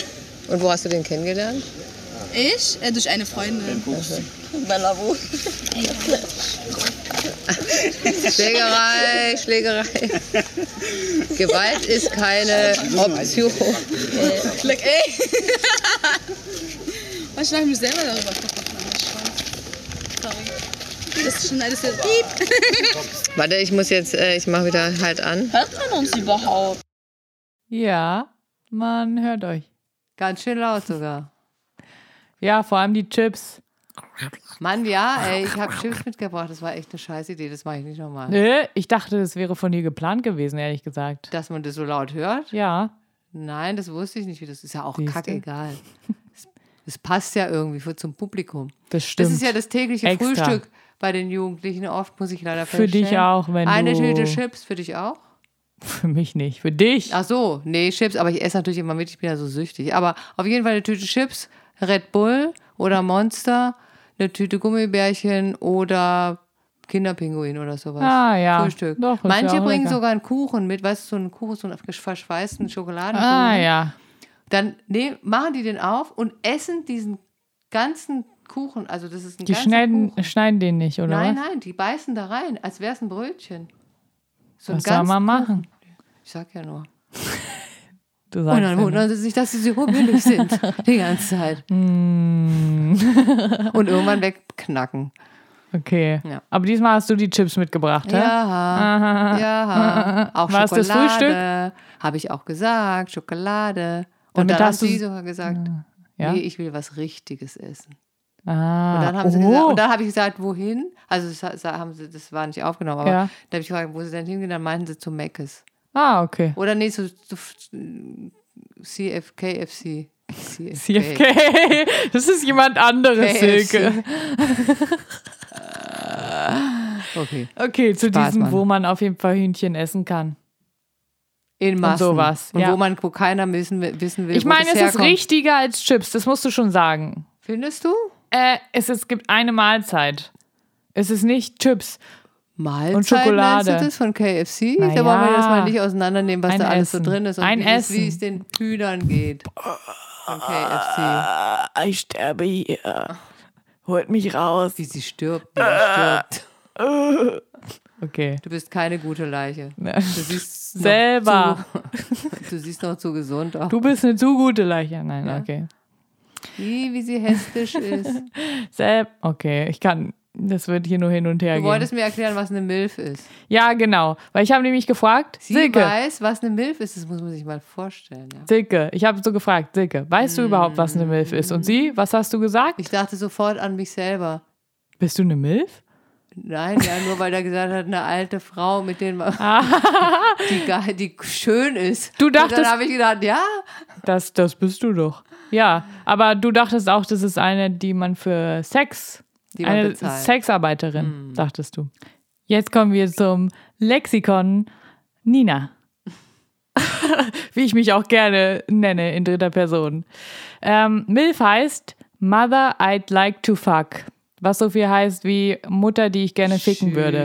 Speaker 3: Und wo hast du den kennengelernt?
Speaker 4: ich äh, durch eine Freundin.
Speaker 8: Bellavo.
Speaker 3: Schlägerei, Schlägerei. Gewalt ist keine Option.
Speaker 4: Like, ey! Was schlage ich mich selber darüber kaputt? Mann? Scheiße. Sorry. Das ist schon alles so. Piep.
Speaker 3: Warte, ich muss jetzt, äh, ich mache wieder halt an.
Speaker 8: Hört man uns überhaupt?
Speaker 1: Ja, man hört euch.
Speaker 16: Ganz schön laut sogar.
Speaker 1: Ja, vor allem die Chips.
Speaker 3: Mann, ja, ey, ich habe Chips mitgebracht. Das war echt eine scheiß Idee. Das mache ich nicht nochmal.
Speaker 1: Ne, ich dachte, das wäre von dir geplant gewesen, ehrlich gesagt.
Speaker 3: Dass man das so laut hört?
Speaker 1: Ja.
Speaker 3: Nein, das wusste ich nicht. wie Das ist ja auch
Speaker 1: Siehste.
Speaker 3: kackegal. Das- Das passt ja irgendwie für, zum Publikum.
Speaker 1: Das stimmt.
Speaker 3: Das ist ja das tägliche
Speaker 1: Extra.
Speaker 3: Frühstück bei den Jugendlichen. Oft muss ich leider
Speaker 1: Für dich
Speaker 3: feststellen.
Speaker 1: auch, wenn
Speaker 3: Eine
Speaker 1: du-
Speaker 3: Tüte Chips für dich auch?
Speaker 1: Für mich nicht. Für dich.
Speaker 3: Ach so, nee, Chips, aber ich esse natürlich immer mit, ich bin ja so süchtig. Aber auf jeden Fall eine Tüte Chips, Red Bull oder Monster, eine Tüte Gummibärchen oder Kinderpinguin oder sowas.
Speaker 1: Ah, ja.
Speaker 3: Frühstück.
Speaker 1: Doch, ist
Speaker 3: Manche
Speaker 1: ja auch
Speaker 3: bringen
Speaker 1: lecker.
Speaker 3: sogar einen Kuchen mit, weißt du, so einen Kuchen, so einen verschweißten Schokoladenkuchen.
Speaker 1: Ah, ja.
Speaker 3: Dann nee, machen die den auf und essen diesen ganzen Kuchen. Also das ist ein
Speaker 1: Die
Speaker 3: ganzer
Speaker 1: schneiden,
Speaker 3: Kuchen.
Speaker 1: schneiden den nicht, oder?
Speaker 3: Nein,
Speaker 1: was?
Speaker 3: nein, die beißen da rein, als wäre es ein Brötchen. So einen
Speaker 1: Was soll
Speaker 3: ganzen
Speaker 1: man machen?
Speaker 3: Ich sag ja nur.
Speaker 1: Du
Speaker 3: Und dann
Speaker 1: ja
Speaker 3: wundern sie sich, dass sie so billig sind. Die ganze Zeit. Und irgendwann wegknacken.
Speaker 1: nicht. Okay.
Speaker 3: Ja.
Speaker 1: Aber diesmal hast du die Chips mitgebracht, hä? Ah.
Speaker 3: Ja, ja. Auch
Speaker 1: War es das
Speaker 3: Schokolade. Habe ich auch gesagt. Schokolade. Und
Speaker 1: Damit
Speaker 3: dann
Speaker 1: hast
Speaker 3: hast
Speaker 1: du-
Speaker 3: sie sogar gesagt,
Speaker 1: Ja?
Speaker 3: nee, ich will was Richtiges essen.
Speaker 1: Ah,
Speaker 3: Und dann haben sie
Speaker 1: oh.
Speaker 3: gesagt, und dann habe ich gesagt, wohin? Also das, hat- haben sie, das war nicht aufgenommen, aber
Speaker 1: Ja.
Speaker 3: da habe ich gefragt, wo sie denn hingehen, dann meinten sie zu Meckes.
Speaker 1: ah, okay.
Speaker 3: Oder nee, zu, zu CFKFC. CFK.
Speaker 1: CFK. Das ist jemand anderes,
Speaker 3: KFC.
Speaker 1: Silke.
Speaker 3: Okay.
Speaker 1: Okay, zu
Speaker 3: Spaß,
Speaker 1: diesem,
Speaker 3: Mann.
Speaker 1: wo man auf jeden Fall Hühnchen essen kann.
Speaker 3: In Massen.
Speaker 1: sowas,
Speaker 3: Und
Speaker 1: ja.
Speaker 3: wo man, wo keiner wissen, will- wissen will,
Speaker 1: Ich
Speaker 3: wo
Speaker 1: meine,
Speaker 3: das
Speaker 1: es ist
Speaker 3: herkommt.
Speaker 1: richtiger als Chips, das musst du schon sagen.
Speaker 3: Findest du?
Speaker 1: Äh, es, es gibt eine Mahlzeit. Es ist nicht Chips.
Speaker 3: Mahlzeit
Speaker 1: Und Schokolade.
Speaker 3: nennst du das von KFC?
Speaker 1: Na
Speaker 3: da wollen wir das
Speaker 1: ja.
Speaker 3: mal nicht auseinandernehmen, was
Speaker 1: Ein
Speaker 3: da alles
Speaker 1: Essen.
Speaker 3: so drin ist und
Speaker 1: Ein
Speaker 3: wie, es, wie
Speaker 1: Essen.
Speaker 3: es den Hühnern geht. Von KFC.
Speaker 1: Ich sterbe hier. Holt mich raus.
Speaker 3: Wie sie stirbt, wie sie stirbt.
Speaker 1: Okay.
Speaker 3: Du bist keine gute Leiche. Du siehst noch
Speaker 1: Selber.
Speaker 3: Zu, du siehst noch zu gesund aus.
Speaker 1: Du bist eine zu gute Leiche. Nein, okay.
Speaker 3: Wie, wie sie hässlich ist. Du
Speaker 1: Selb. Okay, ich kann. Das wird hier nur hin und her gehen.
Speaker 3: wolltest mir erklären, was eine Milf ist.
Speaker 1: Ja, genau. Weil ich habe nämlich gefragt,
Speaker 3: Sie
Speaker 1: Silke,
Speaker 3: weiß, was eine Milf ist. Das muss man sich mal vorstellen. Ja.
Speaker 1: Silke, ich habe so gefragt, Silke, weißt du überhaupt, was eine MILF ist? Und sie, was hast du gesagt?
Speaker 3: Mm. Ich dachte sofort an mich selber.
Speaker 1: Bist du eine MILF?
Speaker 3: Nein, ja, nur weil er gesagt hat, eine alte Frau, mit denen man, die, geil, die schön ist.
Speaker 1: Ah. Du
Speaker 3: Und
Speaker 1: dachtest-
Speaker 3: dann habe ich gedacht, ja,
Speaker 1: Das, das bist du doch. Ja, aber du dachtest auch, das ist eine, die man für Sex,
Speaker 3: Die man
Speaker 1: eine
Speaker 3: bezahlt. Hm.
Speaker 1: Sexarbeiterin, dachtest du. Jetzt kommen wir zum Lexikon Nina. Wie ich mich auch gerne nenne in dritter Person. Ähm, MILF heißt Mother I'd like to fuck. Was so viel heißt wie Mutter, die ich gerne ficken würde.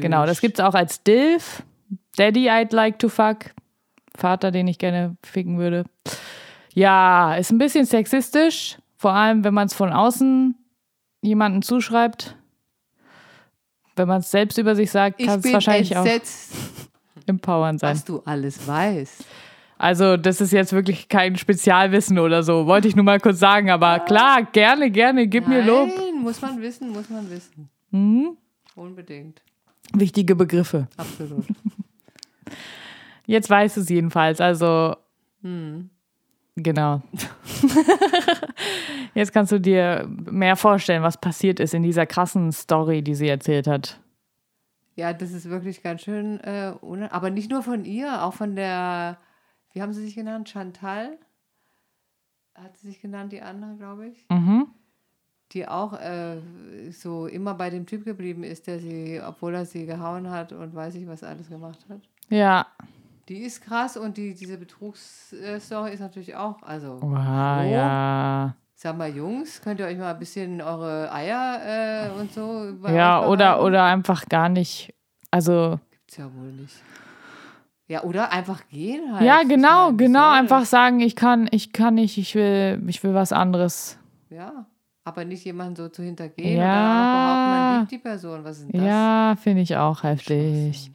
Speaker 1: Genau, das gibt es auch als DILF. Daddy I'd like to fuck. Vater, den ich gerne ficken würde. Ja, ist ein bisschen sexistisch, vor allem wenn man es von außen jemandem zuschreibt. Wenn man es selbst über sich sagt,
Speaker 3: ich
Speaker 1: kann es
Speaker 3: bin
Speaker 1: wahrscheinlich
Speaker 3: entsetzt,
Speaker 1: auch empowern sein.
Speaker 3: was du alles weißt.
Speaker 1: Also, das ist jetzt wirklich kein Spezialwissen oder so. Wollte ich nur mal kurz sagen, aber klar, gerne, gerne, gib mir Lob. Mhm.
Speaker 3: Nein, muss man wissen, muss man wissen. Unbedingt,
Speaker 1: Wichtige Begriffe.
Speaker 3: absolut.
Speaker 1: Jetzt weiß es jedenfalls. Also,
Speaker 3: Hm.
Speaker 1: genau. Jetzt kannst du dir mehr vorstellen, was passiert ist in dieser krassen Story, die sie erzählt hat.
Speaker 3: Ja, das ist wirklich ganz schön, äh, ohne, aber nicht nur von ihr, auch von der, wie haben sie sich genannt? Chantal? Hat sie sich genannt, die andere, glaube ich?
Speaker 1: Mhm.
Speaker 3: die auch äh, so immer bei dem Typ geblieben ist, der sie, obwohl er sie gehauen hat und weiß ich, was alles gemacht hat.
Speaker 1: Ja.
Speaker 3: Die ist krass und die, diese Betrugsstory ist natürlich auch, also,
Speaker 1: Wow, ja.
Speaker 3: sag mal, Jungs, könnt ihr euch mal ein bisschen eure Eier äh, und so bei
Speaker 1: Ja,
Speaker 3: euch
Speaker 1: oder,
Speaker 3: behalten?
Speaker 1: oder einfach gar nicht. Also,
Speaker 3: Gibt's ja wohl nicht. Ja, oder einfach gehen halt.
Speaker 1: ja,
Speaker 3: Ich
Speaker 1: genau,
Speaker 3: meine, was
Speaker 1: genau.
Speaker 3: soll
Speaker 1: Einfach
Speaker 3: das?
Speaker 1: sagen, ich kann, ich kann nicht, ich will, ich will was anderes.
Speaker 3: Ja, aber nicht jemanden so zu hintergehen
Speaker 1: Ja.
Speaker 3: und dann auch noch behaupten, man liebt die Person. Was ist denn das?
Speaker 1: Ja, finde ich auch heftig.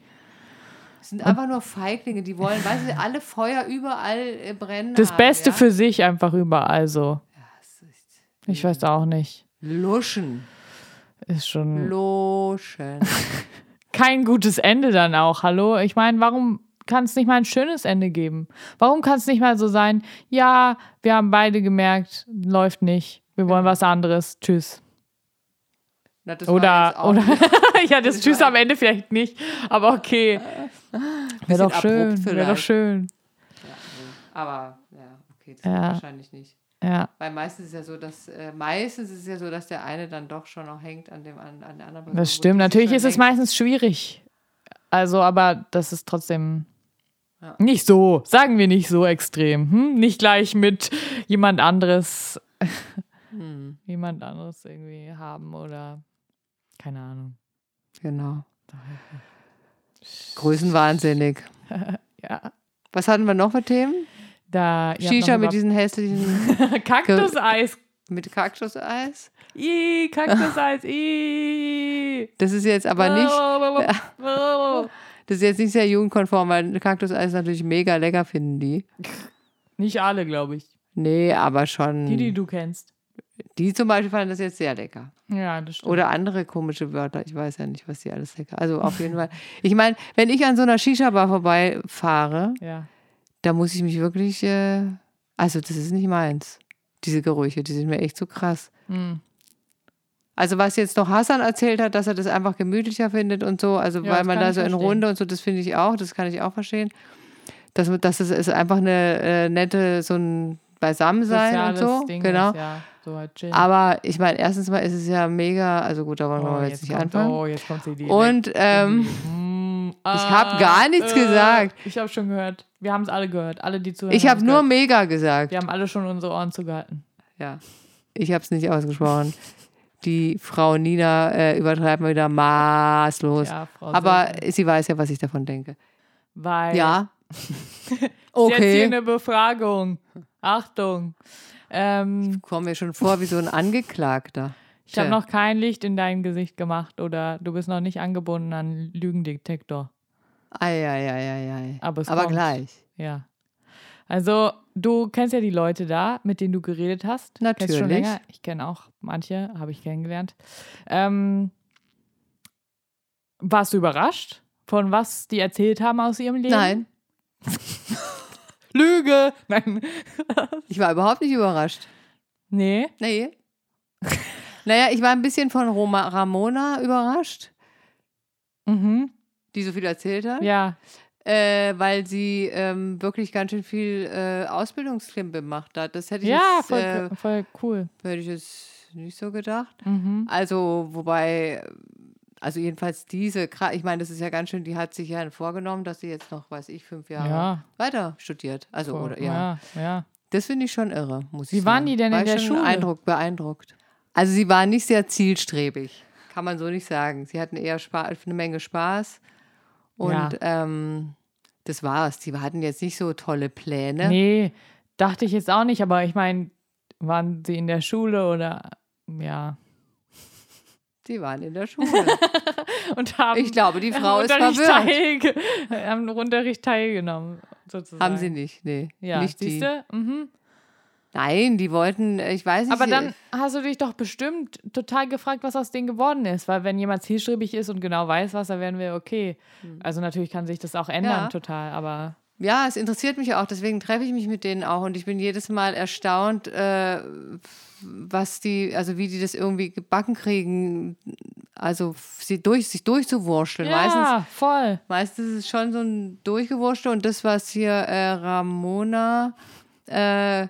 Speaker 3: Es sind einfach nur Feiglinge, die wollen, weißt du, alle Feuer überall äh, brennen.
Speaker 1: Das
Speaker 3: haben,
Speaker 1: Beste
Speaker 3: ja?
Speaker 1: für sich einfach überall so. Ich weiß auch nicht.
Speaker 3: Luschen.
Speaker 1: Ist schon.
Speaker 3: Hm. Luschen.
Speaker 1: kein gutes Ende dann auch. Hallo, ich meine, warum kann es nicht mal ein schönes Ende geben? Warum kann es nicht mal so sein, ja, wir haben beide gemerkt, läuft nicht, wir wollen was anderes, tschüss.
Speaker 3: Na, das war jetzt
Speaker 1: Oder,
Speaker 3: auch-
Speaker 1: oder ja, das Tschüss am Ende vielleicht nicht, aber okay. Wäre doch
Speaker 3: Äh, abrupt
Speaker 1: schön, wäre doch
Speaker 3: vielleicht.
Speaker 1: schön.
Speaker 3: Aber ja, okay, das
Speaker 1: Ja.
Speaker 3: geht wahrscheinlich nicht.
Speaker 1: Ja.
Speaker 3: Weil meistens ist ja so, dass äh, meistens ist es ja so, dass der eine dann doch schon noch hängt an dem an, an der anderen Person.
Speaker 1: Das
Speaker 3: wo
Speaker 1: stimmt.
Speaker 3: die sich
Speaker 1: Natürlich
Speaker 3: schon
Speaker 1: ist es
Speaker 3: denkt,
Speaker 1: meistens schwierig. Also, aber das ist trotzdem
Speaker 3: Ja.
Speaker 1: nicht so, sagen wir nicht so extrem. Hm? Nicht gleich mit jemand anderes,
Speaker 3: Hm.
Speaker 1: jemand anderes irgendwie haben oder keine Ahnung.
Speaker 3: Genau. Größenwahnsinnig.
Speaker 1: Ja.
Speaker 3: Was hatten wir noch für Themen?
Speaker 1: Da, ihr habt
Speaker 3: Shisha
Speaker 1: noch
Speaker 3: mit diesen hässlichen
Speaker 1: über- Kaktuseis.
Speaker 3: mit Kaktuseis.
Speaker 1: Ih, Kaktuseis. Ih.
Speaker 3: Das ist jetzt aber nicht,
Speaker 1: nicht.
Speaker 3: das ist jetzt nicht sehr jugendkonform, weil Kaktuseis natürlich mega lecker finden die.
Speaker 1: Nicht alle, glaube ich.
Speaker 3: Nee, aber schon.
Speaker 1: Die, die du kennst.
Speaker 3: die zum Beispiel fanden das jetzt sehr lecker.
Speaker 1: Ja, das stimmt.
Speaker 3: Oder andere komische Wörter. Ich weiß ja nicht, was die alles lecker. Also auf jeden Fall. Ich meine, wenn ich an so einer Shisha-Bar vorbeifahre,
Speaker 1: Ja.
Speaker 3: da muss ich mich wirklich. Äh, also, das ist nicht meins. Diese Gerüche, die sind mir echt so krass.
Speaker 1: Hm.
Speaker 3: Also, was jetzt noch Hassan erzählt hat, dass er das einfach gemütlicher findet und so, also
Speaker 1: Ja,
Speaker 3: weil
Speaker 1: das
Speaker 3: man
Speaker 1: kann
Speaker 3: da
Speaker 1: ich
Speaker 3: so in
Speaker 1: verstehen.
Speaker 3: Runde und so, das finde ich auch, das kann ich auch verstehen. Dass, dass es ist einfach eine äh, nette, so ein Beisammensein
Speaker 1: Soziales
Speaker 3: und so.
Speaker 1: Ding
Speaker 3: genau.
Speaker 1: Ist, ja. So halt chillen.
Speaker 3: Aber ich meine, erstens mal ist es ja mega, also gut, da wollen wir
Speaker 1: Oh,
Speaker 3: mal jetzt, nicht
Speaker 1: kommt,
Speaker 3: anfangen.
Speaker 1: Oh, jetzt kommt sie die.
Speaker 3: Und ähm,
Speaker 1: ich
Speaker 3: hab gar nichts gesagt.
Speaker 1: äh, Ich habe schon gehört. Wir haben es alle gehört. Alle, die zuhören.
Speaker 3: ich habe
Speaker 1: haben's
Speaker 3: nur
Speaker 1: Gehört.
Speaker 3: mega gesagt.
Speaker 1: Wir haben alle schon unsere Ohren zugehalten.
Speaker 3: Ja. Ich habe es nicht ausgesprochen. Die Frau Nina äh, übertreibt mal wieder maßlos.
Speaker 1: Ja, Frau
Speaker 3: Aber
Speaker 1: Söder.
Speaker 3: sie weiß ja, was ich davon denke.
Speaker 1: Weil
Speaker 3: Ja.
Speaker 1: okay. jetzt hier
Speaker 3: Okay.
Speaker 1: eine Befragung. Achtung. Ähm,
Speaker 3: Kommen mir schon vor wie so ein Angeklagter.
Speaker 1: ich habe
Speaker 3: Tja.
Speaker 1: noch kein Licht in dein Gesicht gemacht oder du bist noch nicht angebunden an Lügendetektor.
Speaker 3: Eieieiei.
Speaker 1: Aber es
Speaker 3: Aber
Speaker 1: kommt.
Speaker 3: gleich.
Speaker 1: Ja. Also, du kennst ja die Leute da, mit denen du geredet hast. Kennst schon
Speaker 3: Natürlich.
Speaker 1: länger. Ich kenne auch manche, habe ich kennengelernt. Ähm, warst du überrascht von was die erzählt haben aus ihrem Leben?
Speaker 3: Nein,
Speaker 1: Lüge! Nein.
Speaker 3: ich war überhaupt nicht überrascht.
Speaker 1: Nee.
Speaker 3: Nee. naja, ich war ein bisschen von Roma, Ramona überrascht,
Speaker 1: Mhm.
Speaker 3: die so viel erzählt hat.
Speaker 1: Ja.
Speaker 3: Äh, weil sie ähm, wirklich ganz schön viel äh, Ausbildungsklimpe macht hat. Das hätte ich,
Speaker 1: Ja,
Speaker 3: jetzt,
Speaker 1: voll,
Speaker 3: äh,
Speaker 1: voll cool.
Speaker 3: hätte ich jetzt nicht so gedacht.
Speaker 1: Mhm.
Speaker 3: Also, wobei, also jedenfalls diese, Kra- ich meine, das ist ja ganz schön, die hat sich ja vorgenommen, dass sie jetzt noch, weiß ich, fünf Jahre
Speaker 1: Ja.
Speaker 3: weiter studiert. Also,
Speaker 1: Voll.
Speaker 3: oder, ja.
Speaker 1: ja. Ja.
Speaker 3: Das finde ich schon irre, muss
Speaker 1: Wie
Speaker 3: ich sagen.
Speaker 1: waren die denn
Speaker 3: War
Speaker 1: in der
Speaker 3: schon
Speaker 1: Schule?
Speaker 3: Eindruck, beeindruckt. Also, sie waren nicht sehr zielstrebig, kann man so nicht sagen. Sie hatten eher Spa eine Menge Spaß und
Speaker 1: Ja.
Speaker 3: ähm, das war's. Die hatten jetzt nicht so tolle Pläne.
Speaker 1: Nee, dachte ich jetzt auch nicht, aber ich meine, waren sie in der Schule oder ja.
Speaker 3: Die waren in der Schule.
Speaker 1: Und haben
Speaker 3: Ich glaube, die
Speaker 1: am
Speaker 3: Frau ist
Speaker 1: Unterricht
Speaker 3: verwirrt.
Speaker 1: teilge- am Unterricht teilgenommen, sozusagen.
Speaker 3: Haben sie nicht, nee.
Speaker 1: Ja,
Speaker 3: nicht die.
Speaker 1: siehste? Mhm.
Speaker 3: Nein, die wollten, äh, ich weiß nicht.
Speaker 1: Aber
Speaker 3: sie-
Speaker 1: dann hast du dich doch bestimmt total gefragt, was aus denen geworden ist. Weil wenn jemand zielstrebig ist und genau weiß, was er werden will, okay. Also natürlich kann sich das auch ändern
Speaker 3: Hm. Ja.
Speaker 1: total, aber
Speaker 3: Ja, es interessiert mich auch, deswegen treffe ich mich mit denen auch und ich bin jedes Mal erstaunt, äh, was die, also wie die das irgendwie gebacken kriegen, also sie durch, sich durchzuwurschteln. Meistens,
Speaker 1: ja, voll.
Speaker 3: meistens ist es schon so ein Durchgewurschtel und das, was hier äh, Ramona äh,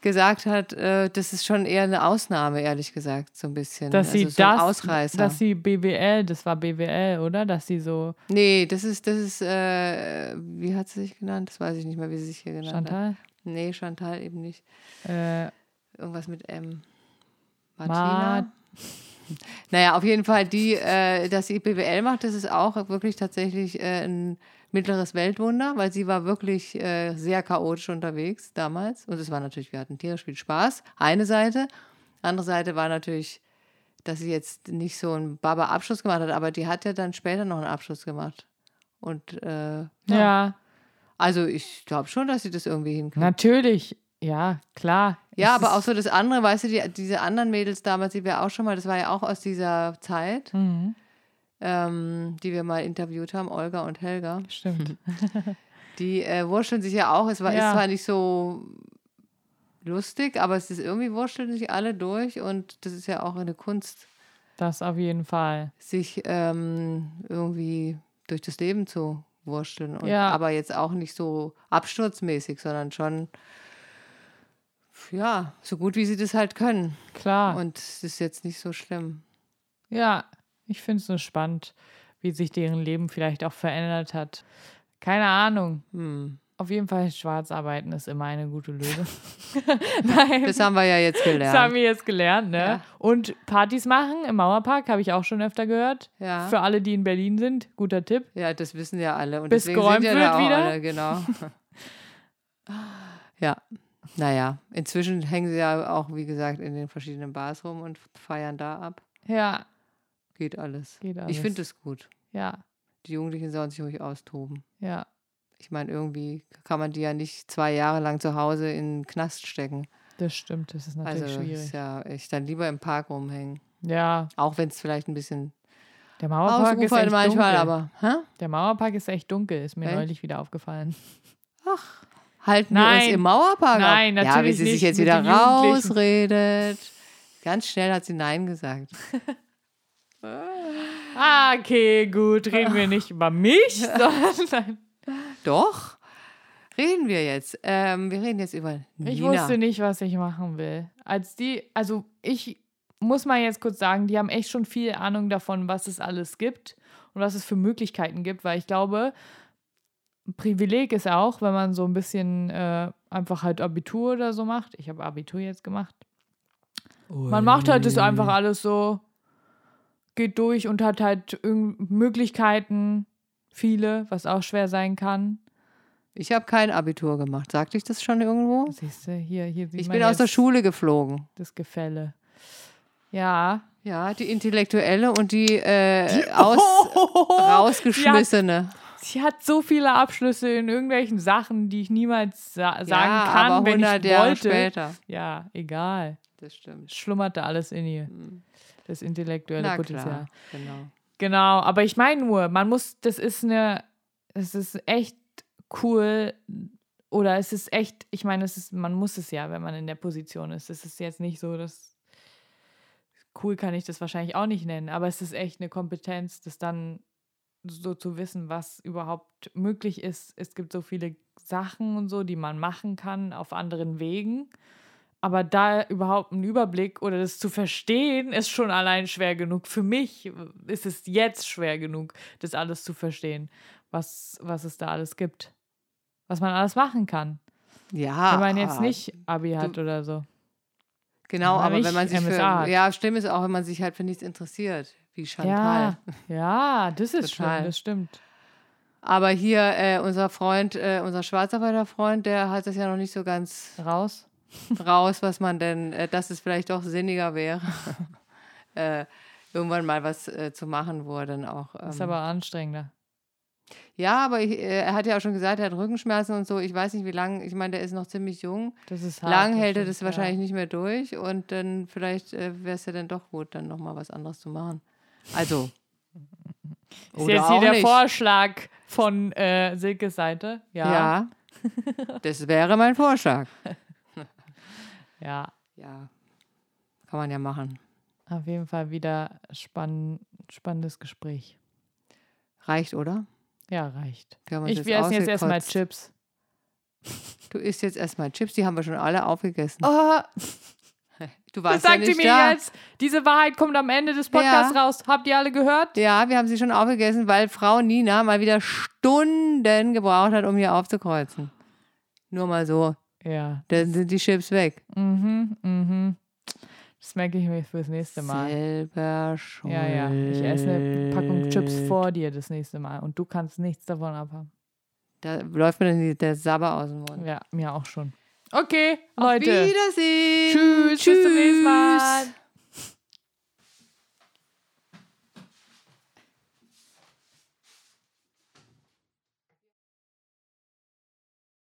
Speaker 3: gesagt hat, äh, das ist schon eher eine Ausnahme, ehrlich gesagt, so ein bisschen.
Speaker 1: Dass
Speaker 3: also
Speaker 1: sie
Speaker 3: so ein
Speaker 1: das,
Speaker 3: Ausreißer.
Speaker 1: dass sie BWL, das war BWL, oder? Dass sie so,
Speaker 3: nee, das ist, das ist, äh, wie hat sie sich genannt? Das weiß ich nicht mehr, wie sie sich hier genannt hat.
Speaker 1: Chantal,
Speaker 3: Nee, Chantal eben nicht.
Speaker 1: äh,
Speaker 3: Irgendwas mit M.
Speaker 1: Mart-
Speaker 3: Martina? Naja, auf jeden Fall, die, äh, dass sie BWL macht, das ist auch wirklich tatsächlich äh, ein mittleres Weltwunder, weil sie war wirklich äh, sehr chaotisch unterwegs damals. Und es war natürlich, wir hatten tierisch viel Spaß, eine Seite. Andere Seite war natürlich, dass sie jetzt nicht so einen Baba-Abschluss gemacht hat, aber die hat ja dann später noch einen Abschluss gemacht. Und äh, ja.
Speaker 1: ja,
Speaker 3: also ich glaube schon, dass sie das irgendwie hinkriegt.
Speaker 1: natürlich. Ja, klar.
Speaker 3: Ja,
Speaker 1: Es
Speaker 3: aber
Speaker 1: ist-
Speaker 3: auch so das andere, weißt du, die, diese anderen Mädels damals, die wir auch schon mal, das war ja auch aus dieser Zeit,
Speaker 1: Mhm,
Speaker 3: ähm, die wir mal interviewt haben, Olga und Helga.
Speaker 1: stimmt.
Speaker 3: Die äh, wurschteln sich ja auch. Es war,
Speaker 1: Ja.
Speaker 3: ist zwar nicht so lustig, aber es ist irgendwie wurschteln sich alle durch und das ist ja auch eine Kunst,
Speaker 1: Das auf jeden Fall.
Speaker 3: sich ähm, irgendwie durch das Leben zu wurschteln. Und,
Speaker 1: Ja.
Speaker 3: Aber jetzt auch nicht so absturzmäßig, sondern schon, ja, so gut wie sie das halt können.
Speaker 1: Klar.
Speaker 3: Und es ist jetzt nicht so schlimm.
Speaker 1: Ja, ich finde es nur spannend, wie sich deren Leben vielleicht auch verändert hat. Keine Ahnung.
Speaker 3: Hm.
Speaker 1: Auf jeden Fall, Schwarzarbeiten ist immer eine gute Lösung. Nein.
Speaker 3: Das haben wir ja jetzt gelernt.
Speaker 1: Das haben wir jetzt gelernt, ne? Und Partys machen im Mauerpark, habe ich auch schon öfter gehört.
Speaker 3: Ja.
Speaker 1: Für alle, die in Berlin sind, guter Tipp.
Speaker 3: Ja, das wissen ja alle. Und
Speaker 1: Bis
Speaker 3: deswegen
Speaker 1: geräumt
Speaker 3: sind ja
Speaker 1: wird
Speaker 3: da auch
Speaker 1: wieder.
Speaker 3: Alle, genau. ja, naja. Inzwischen hängen sie ja auch, wie gesagt, in den verschiedenen Bars rum und feiern da ab.
Speaker 1: Ja,
Speaker 3: Geht alles.
Speaker 1: Geht alles.
Speaker 3: Ich finde es gut.
Speaker 1: ja,
Speaker 3: Die Jugendlichen sollen sich ruhig austoben.
Speaker 1: ja.
Speaker 3: Ich meine, irgendwie kann man die ja nicht zwei Jahre lang zu Hause in den Knast stecken.
Speaker 1: Das stimmt, das ist natürlich
Speaker 3: Also
Speaker 1: schwierig.
Speaker 3: ist ja echt dann lieber im Park rumhängen.
Speaker 1: ja,
Speaker 3: Auch wenn es vielleicht ein bisschen
Speaker 1: der Mauerpark ist
Speaker 3: Ausufern
Speaker 1: echt
Speaker 3: manchmal,
Speaker 1: dunkel.
Speaker 3: aber, hä?
Speaker 1: Der Mauerpark ist echt dunkel, ist mir
Speaker 3: Echt?
Speaker 1: neulich wieder aufgefallen.
Speaker 3: halten wir
Speaker 1: Nein.
Speaker 3: uns im Mauerpark
Speaker 1: Nein,
Speaker 3: ab. Ja, wie
Speaker 1: natürlich
Speaker 3: sie sich
Speaker 1: nicht
Speaker 3: jetzt
Speaker 1: mit
Speaker 3: wieder
Speaker 1: den Jugendlichen.
Speaker 3: rausredet. Ganz schnell hat sie Nein gesagt.
Speaker 1: Ah, okay, gut, reden wir nicht über mich, sondern
Speaker 3: Doch, reden wir jetzt. Ähm, wir reden jetzt über Nina.
Speaker 1: ich wusste nicht, was ich machen will. Als die, also ich muss mal jetzt kurz sagen, die haben echt schon viel Ahnung davon, was es alles gibt und was es für Möglichkeiten gibt, weil ich glaube, ein Privileg ist auch, wenn man so ein bisschen äh, einfach halt Abitur oder so macht. Ich habe Abitur jetzt gemacht. Man macht halt das einfach alles so, geht durch und hat halt irgend- Möglichkeiten, viele, was auch schwer sein kann.
Speaker 3: Ich habe kein Abitur gemacht. Sagte ich das schon irgendwo?
Speaker 1: Siehst du, hier, hier sieht
Speaker 3: Ich
Speaker 1: man
Speaker 3: bin aus der
Speaker 1: jetzt
Speaker 3: Schule geflogen.
Speaker 1: Das Gefälle. Ja.
Speaker 3: Ja, die Intellektuelle und die, äh, aus, rausgeschmissene.
Speaker 1: Sie hat so viele Abschlüsse in irgendwelchen Sachen, die ich niemals sa sagen
Speaker 3: Ja,
Speaker 1: kann,
Speaker 3: aber
Speaker 1: wenn
Speaker 3: 100
Speaker 1: ich
Speaker 3: Jahre
Speaker 1: wollte.
Speaker 3: später.
Speaker 1: Ja, egal.
Speaker 3: Das stimmt.
Speaker 1: Schlummerte alles in ihr. Das intellektuelle
Speaker 3: Na
Speaker 1: Potenzial.
Speaker 3: klar, genau.
Speaker 1: Genau, aber ich meine nur, man muss, das ist eine, es ist echt cool oder es ist echt, ich meine, es ist, man muss es ja, wenn man in der Position ist. Es ist jetzt nicht so, dass cool kann ich das wahrscheinlich auch nicht nennen, aber es ist echt eine Kompetenz, das dann so zu wissen, was überhaupt möglich ist. Es gibt so viele Sachen und so, die man machen kann auf anderen Wegen. Aber da überhaupt einen Überblick oder das zu verstehen, ist schon allein schwer genug. Für mich ist es jetzt schwer genug, das alles zu verstehen, was, was es da alles gibt. Was man alles machen kann.
Speaker 3: Ja.
Speaker 1: wenn man
Speaker 3: Ah,
Speaker 1: jetzt nicht Abi hat oder so. Wenn
Speaker 3: Genau,
Speaker 1: man
Speaker 3: aber
Speaker 1: nicht
Speaker 3: wenn man sich für,
Speaker 1: MSA hat.
Speaker 3: ja, schlimm ist auch, wenn man sich halt für nichts interessiert, wie Chantal.
Speaker 1: Ja, ja, das ist schlimm,
Speaker 3: Total.
Speaker 1: das stimmt.
Speaker 3: Aber hier äh, unser Freund, äh, unser Schwarzarbeiterfreund, der hat das ja noch nicht so ganz
Speaker 1: raus,
Speaker 3: raus was man denn, äh, dass es vielleicht doch sinniger wäre, äh, irgendwann mal was äh, zu machen, wo er dann auch. Ähm,
Speaker 1: Ist aber anstrengender.
Speaker 3: ja, aber ich, äh, er hat ja auch schon gesagt, er hat Rückenschmerzen und so. Ich weiß nicht, wie lange. Ich meine, der ist noch ziemlich jung.
Speaker 1: Das ist hart,
Speaker 3: Lang
Speaker 1: das
Speaker 3: hält er
Speaker 1: stimmt,
Speaker 3: das wahrscheinlich nicht mehr durch und dann vielleicht äh, wäre es ja dann doch gut, dann nochmal was anderes zu machen. Also.
Speaker 1: Ist jetzt hier der Vorschlag von äh, Silkes Seite? Ja.
Speaker 3: Ja. Das wäre mein Vorschlag.
Speaker 1: Ja,
Speaker 3: Ja. Kann man ja machen.
Speaker 1: auf jeden Fall wieder spann spannendes Gespräch.
Speaker 3: Reicht, oder?
Speaker 1: Ja, reicht.
Speaker 3: Wir haben uns
Speaker 1: Ich
Speaker 3: jetzt
Speaker 1: wir essen jetzt erstmal
Speaker 3: ausgekotzt.
Speaker 1: Chips.
Speaker 3: Du isst jetzt erstmal Chips, die haben wir schon alle aufgegessen.
Speaker 1: Oh,
Speaker 3: du
Speaker 1: was
Speaker 3: warst ja
Speaker 1: sagt ihr
Speaker 3: nicht
Speaker 1: mir
Speaker 3: da.
Speaker 1: jetzt? Diese Wahrheit kommt am Ende des Podcasts
Speaker 3: Ja.
Speaker 1: raus. Habt ihr alle gehört?
Speaker 3: Ja, wir haben sie schon aufgegessen, weil Frau Nina mal wieder Stunden gebraucht hat, um hier aufzukreuzen. Nur mal so.
Speaker 1: Ja.
Speaker 3: Dann sind die Chips weg.
Speaker 1: Mhm, mhm. Das merke ich mir fürs nächste Mal.
Speaker 3: Selber schuld.
Speaker 1: Ja, ja. Ich esse eine Packung Chips vor dir das nächste Mal und du kannst nichts davon abhaben.
Speaker 3: Da läuft mir dann die- der Sabber aus dem Mund.
Speaker 1: Ja, mir auch schon. Okay,
Speaker 3: Auf
Speaker 1: Leute.
Speaker 3: Wiedersehen.
Speaker 1: Tschüss, bis zum nächsten Mal.